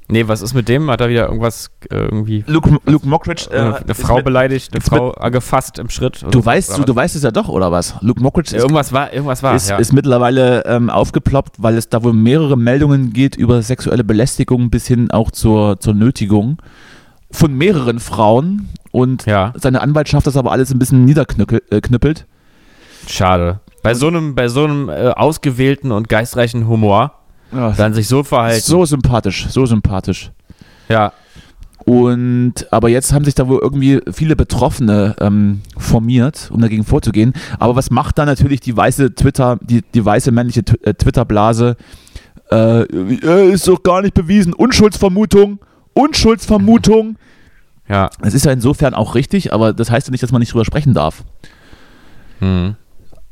Speaker 2: Nee, was ist mit dem? Hat er wieder irgendwas äh, irgendwie
Speaker 1: Luke, Luke Mockridge.
Speaker 2: äh, eine
Speaker 1: ist
Speaker 2: Frau
Speaker 1: mit,
Speaker 2: beleidigt, eine
Speaker 1: ist
Speaker 2: Frau angefasst im Schritt? oder
Speaker 1: du
Speaker 2: so,
Speaker 1: weißt,
Speaker 2: oder
Speaker 1: du,
Speaker 2: was?
Speaker 1: du weißt es ja doch, oder was? Luke Mockridge ist
Speaker 2: Irgendwas war, irgendwas war.
Speaker 1: ist,
Speaker 2: Ah, ja.
Speaker 1: ist mittlerweile ähm, aufgeploppt, weil es da wohl mehrere Meldungen geht über sexuelle Belästigung bis hin auch zur, zur Nötigung von mehreren Frauen und
Speaker 2: Ja.
Speaker 1: seine Anwaltschaft das aber alles ein bisschen niederknüppelt. Äh, knüppelt.
Speaker 2: Schade. Bei so einem, bei so einem äh, ausgewählten und geistreichen Humor,
Speaker 1: ja,
Speaker 2: dann sich so verhalten.
Speaker 1: so sympathisch, so sympathisch.
Speaker 2: Ja.
Speaker 1: Und aber jetzt haben sich da wohl irgendwie viele Betroffene ähm, formiert, um dagegen vorzugehen. Aber was macht da natürlich die weiße Twitter, die, die weiße männliche Tw- äh, Twitter-Blase? Äh, äh, ist doch gar nicht bewiesen. Unschuldsvermutung, Unschuldsvermutung.
Speaker 2: Ja.
Speaker 1: Das ist ja insofern auch richtig, aber das heißt ja nicht, dass man nicht drüber sprechen darf.
Speaker 2: Hm.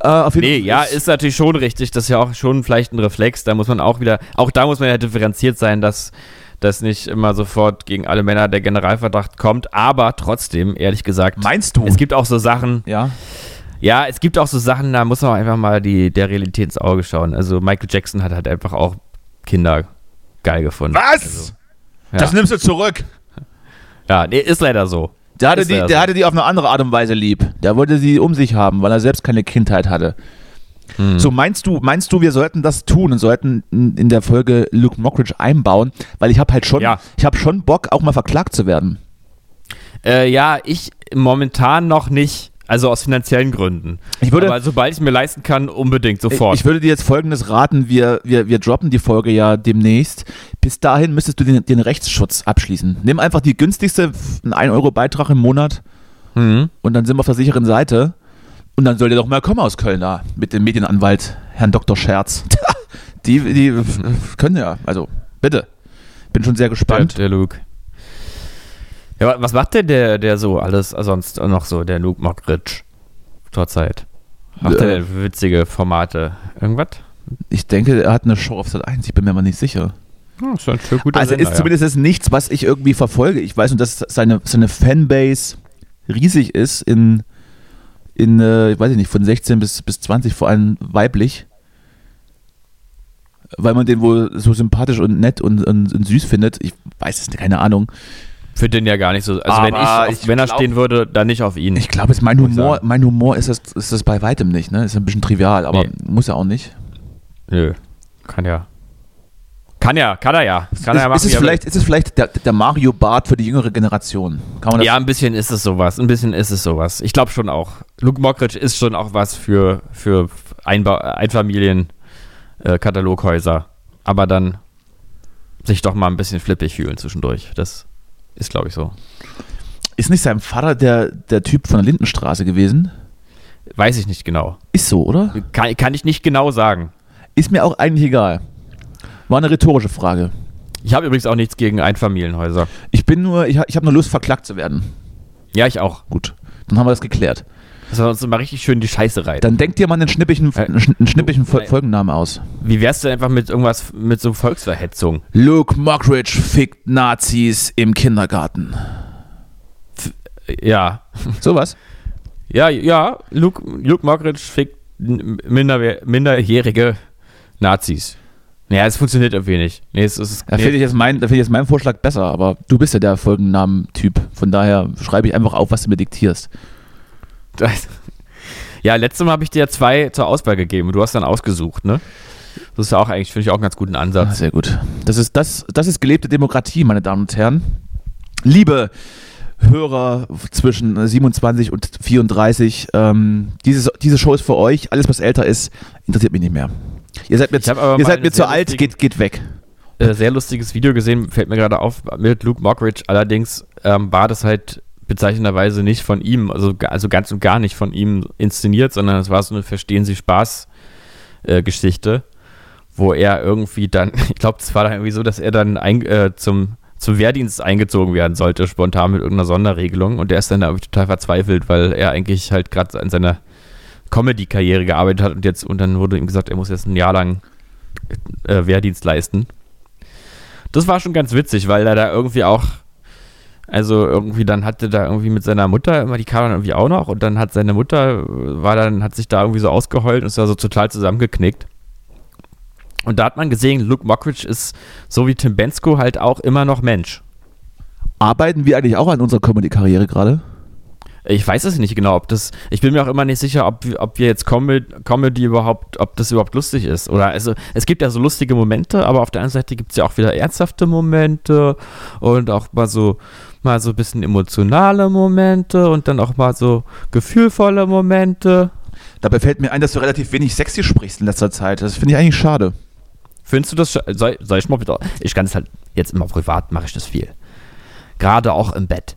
Speaker 1: Äh, auf jeden
Speaker 2: Nee,
Speaker 1: Fall
Speaker 2: ja, ist natürlich schon richtig. Das ist ja auch schon vielleicht ein Reflex. Da muss man auch wieder, auch da muss man ja differenziert sein, dass das nicht immer sofort gegen alle Männer der Generalverdacht kommt. Aber trotzdem, ehrlich gesagt,
Speaker 1: Meinst du?
Speaker 2: es gibt auch so Sachen,
Speaker 1: ja.
Speaker 2: Ja, es gibt auch so Sachen, da muss man auch einfach mal die, der Realität ins Auge schauen. Also Michael Jackson hat halt einfach auch Kinder geil gefunden.
Speaker 1: Was?
Speaker 2: Also, ja.
Speaker 1: Das nimmst du zurück.
Speaker 2: Ja, nee, ist leider so.
Speaker 1: Der hatte,
Speaker 2: Ist
Speaker 1: die,
Speaker 2: leider
Speaker 1: der
Speaker 2: so.
Speaker 1: hatte die auf eine andere Art und Weise lieb. Der wollte sie um sich haben, weil er selbst keine Kindheit hatte.
Speaker 2: Hm.
Speaker 1: So, meinst du, meinst du, wir sollten das tun und sollten in in der Folge Luke Mockridge einbauen? Weil ich habe halt schon,
Speaker 2: Ja.
Speaker 1: ich habe schon Bock, auch mal verklagt zu werden.
Speaker 2: Äh, ja, ich momentan noch nicht. Also aus finanziellen Gründen.
Speaker 1: Ich würde-
Speaker 2: Aber sobald ich mir leisten kann, unbedingt sofort.
Speaker 1: Ich würde dir jetzt folgendes raten: wir, wir, wir droppen die Folge ja demnächst. Bis dahin müsstest du den, den Rechtsschutz abschließen. Nimm einfach die
Speaker 2: Mhm.
Speaker 1: günstigste, einen 1-Euro-Beitrag im Monat und dann sind wir auf der sicheren Seite. Und dann soll der doch mal kommen aus Köln da mit dem Medienanwalt, Herrn Dr. Scherz. <laughs> die, die äh, können ja, also bitte. Bin schon sehr
Speaker 2: Der,
Speaker 1: gespannt.
Speaker 2: der Luke. Ja, wa- was macht denn der, der so alles sonst noch so, der Luke Mockridge zurzeit? Macht
Speaker 1: Äh.
Speaker 2: er witzige Formate? Irgendwas?
Speaker 1: Ich denke, er hat eine Show auf Sat 1, ich bin mir aber nicht sicher.
Speaker 2: Hm, ist ein schön guter
Speaker 1: also
Speaker 2: Sender,
Speaker 1: ist zumindest jetzt nichts, was ich irgendwie verfolge. Ich weiß nur, dass seine, seine Fanbase riesig ist in, in äh, ich weiß nicht, von 16 bis, bis 20, vor allem weiblich. Weil man den wohl so sympathisch und nett und, und, und süß findet. Ich weiß es, nicht, keine Ahnung.
Speaker 2: ja. Für den ja gar nicht so. Also wenn, ich,
Speaker 1: Aber
Speaker 2: auf,
Speaker 1: ich
Speaker 2: wenn er
Speaker 1: glaub-
Speaker 2: stehen würde, dann nicht auf ihn.
Speaker 1: Ich glaube, es- mein
Speaker 2: Muss ich
Speaker 1: Humor,
Speaker 2: sagen.
Speaker 1: mein Humor ist das, ist das bei weitem nicht, ne? Ist ein bisschen trivial, aber
Speaker 2: Nee.
Speaker 1: muss ja auch nicht.
Speaker 2: Nö. Kann ja. Kann ja, kann er ja. Kann
Speaker 1: ist,
Speaker 2: er machen,
Speaker 1: ist,
Speaker 2: wie
Speaker 1: es
Speaker 2: er will.
Speaker 1: vielleicht, ist es vielleicht der, der Mario Bart für die jüngere Generation? Kann man das
Speaker 2: Ja, ein bisschen ist es sowas. Ein bisschen ist es sowas. Ich glaube schon auch. Luke Mockridge ist schon auch was für, für Einba Einfamilien äh, Kataloghäuser. Aber dann sich doch mal ein bisschen flippig fühlen zwischendurch. Das ist, glaube ich, so.
Speaker 1: Ist nicht sein Vater der, der Typ von der Lindenstraße gewesen?
Speaker 2: Weiß ich nicht genau.
Speaker 1: Ist so, oder?
Speaker 2: Kann, kann ich nicht genau sagen.
Speaker 1: Ist mir auch eigentlich egal. War eine rhetorische Frage.
Speaker 2: Ich habe übrigens auch nichts gegen Einfamilienhäuser.
Speaker 1: Ich bin nur, ich, ha- ich habe nur Lust, verklagt zu werden.
Speaker 2: Ja, ich auch.
Speaker 1: Gut, dann haben wir das geklärt.
Speaker 2: Dass wir uns immer richtig schön in die Scheiße reiten.
Speaker 1: Dann denk dir mal einen schnippigen,
Speaker 2: Äh,
Speaker 1: einen schn- einen schnippigen Fol
Speaker 2: äh,
Speaker 1: Folgennamen aus.
Speaker 2: Wie wär's denn einfach mit irgendwas, mit so Volksverhetzung?
Speaker 1: Luke Mockridge fickt Nazis im <laughs> Kindergarten.
Speaker 2: Ja.
Speaker 1: Sowas?
Speaker 2: Ja, ja, Luke, Luke Mockridge fickt n- minderwe- minderjährige Nazis. Naja, es funktioniert irgendwie nicht. Nee, es ist.
Speaker 1: Da finde
Speaker 2: Nee,
Speaker 1: ich, jetzt mein- da find ich jetzt meinen Vorschlag besser, aber du bist ja der Folgennamen-Typ. Von daher schreibe ich einfach auf, was du mir diktierst.
Speaker 2: <laughs> das, ja, letztes Mal habe ich dir zwei zur Auswahl gegeben und du hast dann ausgesucht, ne? Das ist ja auch eigentlich, finde ich, auch einen ganz guten
Speaker 1: Ah,
Speaker 2: Ansatz.
Speaker 1: Sehr gut. Das ist, das, das ist gelebte Demokratie, meine Damen und Herren. Liebe Hörer zwischen 27 und 34, ähm, dieses, diese Show ist für euch. Alles, was älter ist, interessiert mich nicht mehr. Ihr seid mir,
Speaker 2: Ich hab aber
Speaker 1: ihr
Speaker 2: mal
Speaker 1: seid mir
Speaker 2: einen
Speaker 1: zu
Speaker 2: sehr
Speaker 1: alt,
Speaker 2: lustigen-
Speaker 1: geht, geht weg.
Speaker 2: Äh, sehr lustiges Video gesehen, fällt mir gerade auf, mit Luke Mockridge. Allerdings ähm, war das halt bezeichnenderweise nicht von ihm, also, ga- also ganz und gar nicht von ihm inszeniert, sondern es war so eine Verstehen Sie Spaß-Geschichte, wo er irgendwie dann, <laughs> ich glaube, es war dann irgendwie so, dass er dann ein, äh, zum, zum Wehrdienst eingezogen werden sollte, spontan mit irgendeiner Sonderregelung. Und der ist dann da irgendwie total verzweifelt, weil er eigentlich halt gerade an seiner Comedy-Karriere gearbeitet hat und jetzt, und dann wurde ihm gesagt, er muss jetzt ein Jahr lang äh, Wehrdienst leisten. Das war schon ganz witzig, weil er da irgendwie auch, also irgendwie dann hatte da irgendwie mit seiner Mutter immer, die kam dann irgendwie auch noch und dann hat seine Mutter, äh, war dann, hat sich da irgendwie so ausgeheult und ist da so total zusammengeknickt. Und da hat man gesehen, Luke Mockridge ist so wie Tim Bensko halt auch immer noch Mensch.
Speaker 1: Arbeiten wir eigentlich auch an unserer Comedy-Karriere gerade?
Speaker 2: Ich weiß es nicht genau, ob das. Ich bin mir auch immer nicht sicher, ob, wir- ob wir jetzt Comedy, Comedy überhaupt, ob das überhaupt lustig ist. Oder also es gibt ja so lustige Momente, aber auf der anderen Seite gibt es ja auch wieder ernsthafte Momente und auch mal so mal so ein bisschen emotionale Momente und dann auch mal so gefühlvolle Momente.
Speaker 1: Dabei fällt mir ein, dass du relativ wenig sexy sprichst in letzter Zeit. Das finde ich eigentlich schade.
Speaker 2: Findest du das? sch- Soll, soll ich mal bitte? Ich kann es halt jetzt immer privat mache ich das viel. Gerade auch im Bett.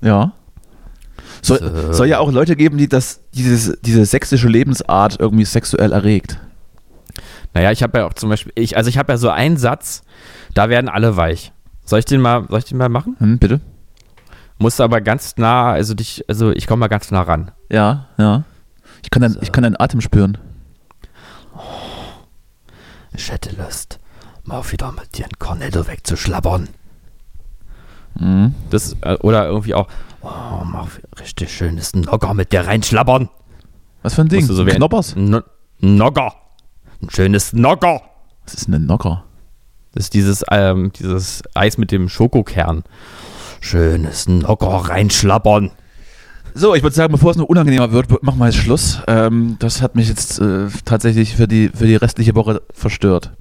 Speaker 1: Ja.
Speaker 2: äh,
Speaker 1: Soll, soll ja auch Leute geben, die das, dieses, diese sächsische Lebensart irgendwie sexuell erregt.
Speaker 2: Naja, ich habe ja auch zum Beispiel, ich, also ich habe ja so einen Satz, da werden alle weich. Soll ich den mal, soll ich den mal machen?
Speaker 1: Hm, bitte?
Speaker 2: Musst du aber ganz nah, also dich, also ich komme mal ganz nah ran.
Speaker 1: Ja, ja. Ich kann, dein, ich kann deinen Atem spüren.
Speaker 2: Ich hätte Lust, mal wieder mit dir ein Cornetto wegzuschlabbern.
Speaker 1: Mhm.
Speaker 2: Das, äh, oder irgendwie auch, oh, mal richtig schönes Nogger mit dir reinschlabbern.
Speaker 1: Was für ein Ding?
Speaker 2: Musst du so
Speaker 1: Ein
Speaker 2: wie ein-
Speaker 1: Knoppers?
Speaker 2: No, Nogger. Ein schönes Nogger.
Speaker 1: Was ist denn ein Nocker?
Speaker 2: Das ist dieses, ähm, dieses Eis mit dem Schokokern. Schönes Nogger reinschlabbern.
Speaker 1: So, ich würde sagen, bevor es noch unangenehmer wird, machen wir jetzt Schluss. Ähm, das hat mich jetzt äh, tatsächlich für die, für die restliche Woche verstört.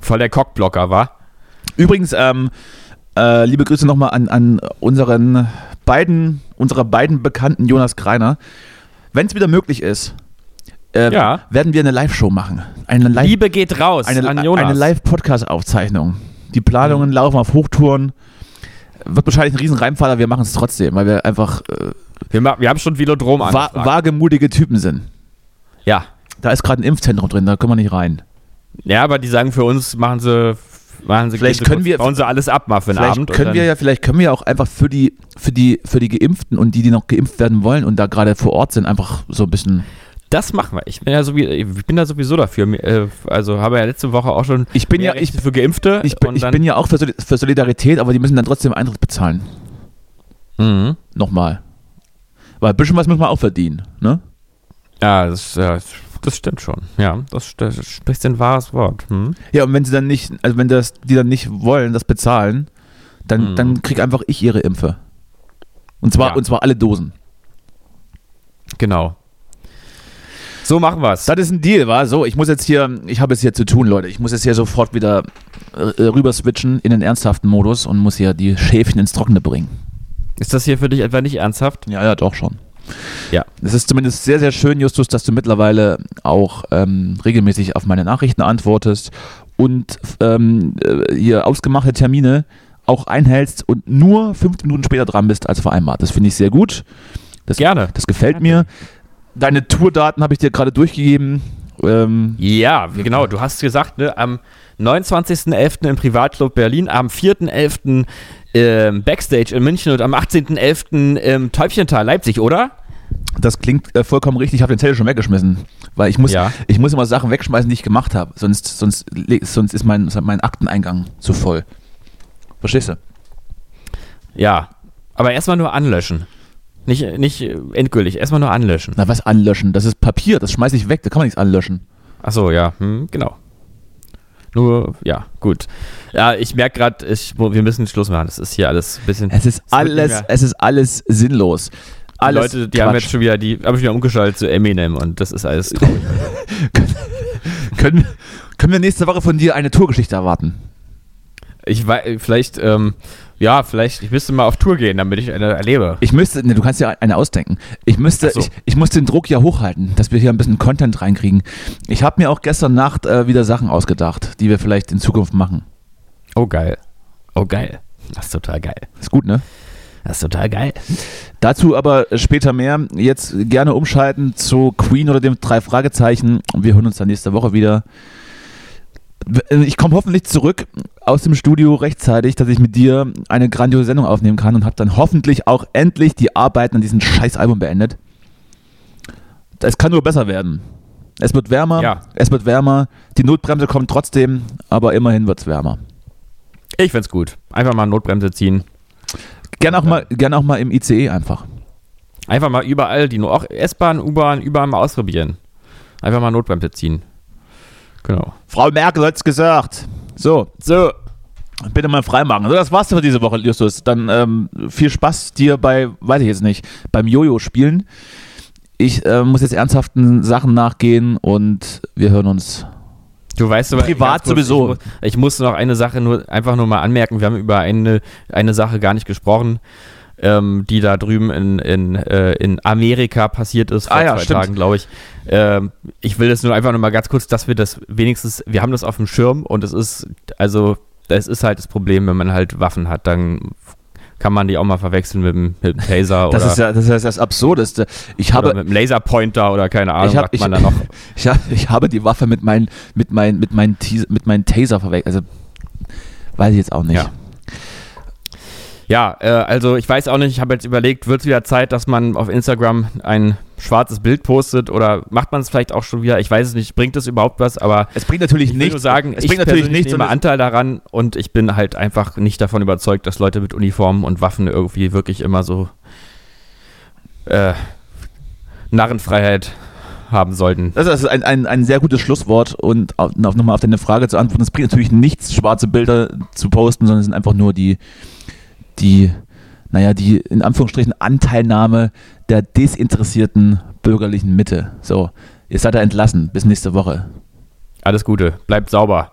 Speaker 2: Voll der Cockblocker, war.
Speaker 1: Übrigens, ähm, äh, liebe Grüße nochmal an, an unseren beiden, unserer beiden Bekannten Jonas Greiner. Wenn es wieder möglich ist, äh,
Speaker 2: Ja.
Speaker 1: werden wir eine Live-Show machen. Eine Live
Speaker 2: Liebe geht raus
Speaker 1: eine,
Speaker 2: an Jonas. Mhm.
Speaker 1: eine Live-Podcast-Aufzeichnung. Die Planungen laufen auf Hochtouren. Wird wahrscheinlich ein riesen Reimfaller, wir machen es trotzdem, weil wir einfach äh,
Speaker 2: Wir, ma- wir haben schon Velodrom
Speaker 1: wa
Speaker 2: angefragt.
Speaker 1: wagemutige Typen sind.
Speaker 2: ja.
Speaker 1: Da ist gerade ein Impfzentrum drin, da können wir nicht rein.
Speaker 2: ja, aber die sagen für uns, machen sie, machen sie,
Speaker 1: Vielleicht
Speaker 2: gehen sie
Speaker 1: können
Speaker 2: kurz-
Speaker 1: wir-
Speaker 2: bauen sie alles ab mal für den
Speaker 1: Vielleicht
Speaker 2: Abend. und
Speaker 1: können
Speaker 2: dann-
Speaker 1: wir ja, vielleicht können wir ja auch einfach für die, für die, für die Geimpften und die, die noch geimpft werden wollen und da gerade vor Ort sind, einfach so ein bisschen.
Speaker 2: Das machen wir. Ich bin, ja sowie, ich bin da sowieso dafür. Mir- äh, Also habe ja letzte Woche auch schon.
Speaker 1: Ich bin
Speaker 2: mehr
Speaker 1: ja- ich-
Speaker 2: Rechte für Geimpfte.
Speaker 1: Ich bin,
Speaker 2: und
Speaker 1: ich
Speaker 2: dann-
Speaker 1: bin ja auch für Soli- für Solidarität, aber die müssen dann trotzdem Eintritt bezahlen.
Speaker 2: Mhm.
Speaker 1: Nochmal. Weil ein bisschen was müssen wir auch verdienen, ne?
Speaker 2: Ja, das, ja, das stimmt schon. Ja, das, das spricht ein wahres Wort. Hm?
Speaker 1: Ja, und wenn sie dann nicht, also wenn das, die dann nicht wollen, das bezahlen, dann,
Speaker 2: Mhm.
Speaker 1: dann krieg einfach ich ihre Impfe. Und zwar,
Speaker 2: Ja.
Speaker 1: und zwar alle Dosen.
Speaker 2: Genau. So machen wir es.
Speaker 1: Das ist ein Deal, war so. Ich muss jetzt hier, ich habe jetzt hier zu tun, Leute. Ich muss jetzt hier sofort wieder äh, rüber switchen in den ernsthaften Modus und muss hier die Schäfchen ins Trockene bringen.
Speaker 2: Ist das hier für dich etwa nicht ernsthaft?
Speaker 1: Ja, ja, doch schon.
Speaker 2: Ja.
Speaker 1: Es ist zumindest sehr, sehr schön, Justus, dass du mittlerweile auch ähm, regelmäßig auf meine Nachrichten antwortest und ähm, äh, hier ausgemachte Termine auch einhältst und nur fünf Minuten später dran bist als vereinbart. Das finde ich sehr gut. Das,
Speaker 2: Gerne.
Speaker 1: Das gefällt mir. Deine Tourdaten habe ich dir gerade durchgegeben. Ähm,
Speaker 2: Ja, wie- genau. Du hast gesagt, ne, am 29.11. im Privatclub Berlin, am 4.11. Ähm, Backstage in München und am 18.11. im Täubchental Leipzig, oder?
Speaker 1: Das klingt äh, vollkommen richtig. Ich habe den Zettel schon weggeschmissen, weil ich muss,
Speaker 2: Ja.
Speaker 1: ich muss immer Sachen wegschmeißen, die ich gemacht habe. Sonst, sonst, le- sonst ist mein, mein Akteneingang zu voll. Verstehst du?
Speaker 2: Ja. Aber erstmal nur anlöschen. Nicht, nicht äh, endgültig, erstmal nur anlöschen.
Speaker 1: Na was anlöschen? Das ist Papier, das schmeiße ich weg, da kann man nichts anlöschen.
Speaker 2: Achso, ja, hm, genau. Nur, ja, gut. Ja, ich merke gerade, wir müssen Schluss machen. Das ist hier alles ein bisschen.
Speaker 1: Es ist
Speaker 2: es wird nicht
Speaker 1: alles,
Speaker 2: mehr-
Speaker 1: es ist alles sinnlos.
Speaker 2: Die
Speaker 1: Alles
Speaker 2: Leute, die haben
Speaker 1: Quatsch.
Speaker 2: jetzt schon wieder, die haben schon wieder umgeschaltet zu Eminem und das ist
Speaker 1: <laughs>
Speaker 2: alles traurig.
Speaker 1: können, können wir nächste Woche von dir eine Tourgeschichte erwarten?
Speaker 2: ich weiß, vielleicht, ähm, ja, vielleicht, ich müsste mal auf Tour gehen, damit ich eine erlebe.
Speaker 1: Ich müsste, ne, du kannst ja eine ausdenken. Ich müsste,
Speaker 2: Ach so.
Speaker 1: ich, ich muss den Druck ja hochhalten, dass wir hier ein bisschen Content reinkriegen. Ich habe mir auch gestern Nacht äh, wieder Sachen ausgedacht, die wir vielleicht in Zukunft machen.
Speaker 2: Oh, geil. Oh, geil. Das ist total geil.
Speaker 1: Ist gut, ne?
Speaker 2: Das ist total geil.
Speaker 1: Dazu aber später mehr. Jetzt gerne umschalten zu Queen oder dem drei Fragezeichen. Und wir hören uns dann nächste Woche wieder. Ich komme hoffentlich zurück aus dem Studio rechtzeitig, dass ich mit dir eine grandiose Sendung aufnehmen kann und habe dann hoffentlich auch endlich die Arbeiten an diesem scheiß Album beendet. Es kann nur besser werden. Es wird wärmer,
Speaker 2: Ja.
Speaker 1: es wird wärmer. Die Notbremse kommt trotzdem, aber immerhin wird es wärmer.
Speaker 2: Ich find's gut. Einfach mal Notbremse ziehen.
Speaker 1: Gerne auch, mal, gern auch mal im ICE einfach.
Speaker 2: Einfach mal überall, die nur auch S-Bahn, U-Bahn, überall mal ausprobieren. Einfach mal Notbremse ziehen. Genau.
Speaker 1: Frau Merkel hat's gesagt. So,
Speaker 2: So.
Speaker 1: Bitte mal freimachen. So, das war's für diese Woche, Justus. Dann ähm, viel Spaß dir bei, weiß ich jetzt nicht, beim Jojo spielen. Ich äh, muss jetzt ernsthaften Sachen nachgehen und wir hören uns.
Speaker 2: Du weißt aber
Speaker 1: Privat
Speaker 2: ganz kurz,
Speaker 1: sowieso.
Speaker 2: Ich muss, ich muss noch eine Sache nur einfach nur mal anmerken. Wir haben über eine, eine Sache gar nicht gesprochen, ähm, die da drüben in, in, äh, in Amerika passiert ist vor
Speaker 1: Ah ja,
Speaker 2: zwei
Speaker 1: stimmt.
Speaker 2: Tagen, glaube ich. Ähm, ich will das nur einfach nur mal ganz kurz, dass wir das wenigstens, wir haben das auf dem Schirm und es ist also es ist halt das Problem, wenn man halt Waffen hat, dann kann man die auch mal verwechseln mit dem, mit dem Taser
Speaker 1: Das
Speaker 2: oder,
Speaker 1: ist ja das, ist ja das Absurdeste. Ich
Speaker 2: oder
Speaker 1: habe,
Speaker 2: mit dem Laserpointer oder keine Ahnung,
Speaker 1: Ich hab-
Speaker 2: sagt man
Speaker 1: ich-
Speaker 2: da noch.
Speaker 1: ich, hab- ich habe die Waffe mit meinen mit mein, mit mein Teas- mit meinen Taser verwechselt. Also, weiß ich jetzt auch nicht.
Speaker 2: Ja. Ja, äh, also ich weiß auch nicht, ich habe jetzt überlegt, wird es wieder Zeit, dass man auf Instagram ein schwarzes Bild postet oder macht man es vielleicht auch schon wieder? Ich weiß es nicht, bringt es überhaupt was, aber
Speaker 1: Es bringt natürlich
Speaker 2: ich will
Speaker 1: nichts.
Speaker 2: nur sagen,
Speaker 1: es
Speaker 2: ich
Speaker 1: bringt natürlich
Speaker 2: persönlich
Speaker 1: nichts. und
Speaker 2: nehme
Speaker 1: es-
Speaker 2: Anteil daran und ich bin halt einfach nicht davon überzeugt, dass Leute mit Uniformen und Waffen irgendwie wirklich immer so äh, Narrenfreiheit haben sollten.
Speaker 1: Das ist also ein, ein, ein sehr gutes Schlusswort und auf, auf- nochmal auf deine Frage zu antworten. Es bringt natürlich nichts, schwarze Bilder zu posten, sondern es sind einfach nur die, die, naja, die in Anführungsstrichen Anteilnahme der desinteressierten bürgerlichen Mitte. So, ihr seid da entlassen. Bis nächste Woche.
Speaker 2: Alles Gute, bleibt sauber.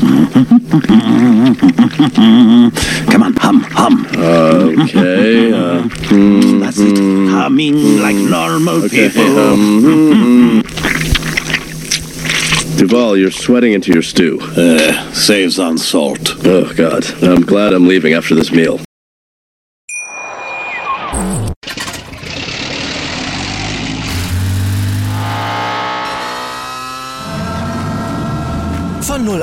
Speaker 3: Come on, hum, hum. <laughs>
Speaker 4: Okay, uh,
Speaker 3: That's it. Humming like normal people.
Speaker 4: um, hmm. Duval, you're sweating into your stew.
Speaker 3: Uh, saves on salt.
Speaker 4: Oh, God. I'm glad I'm leaving after this meal.
Speaker 5: Von 0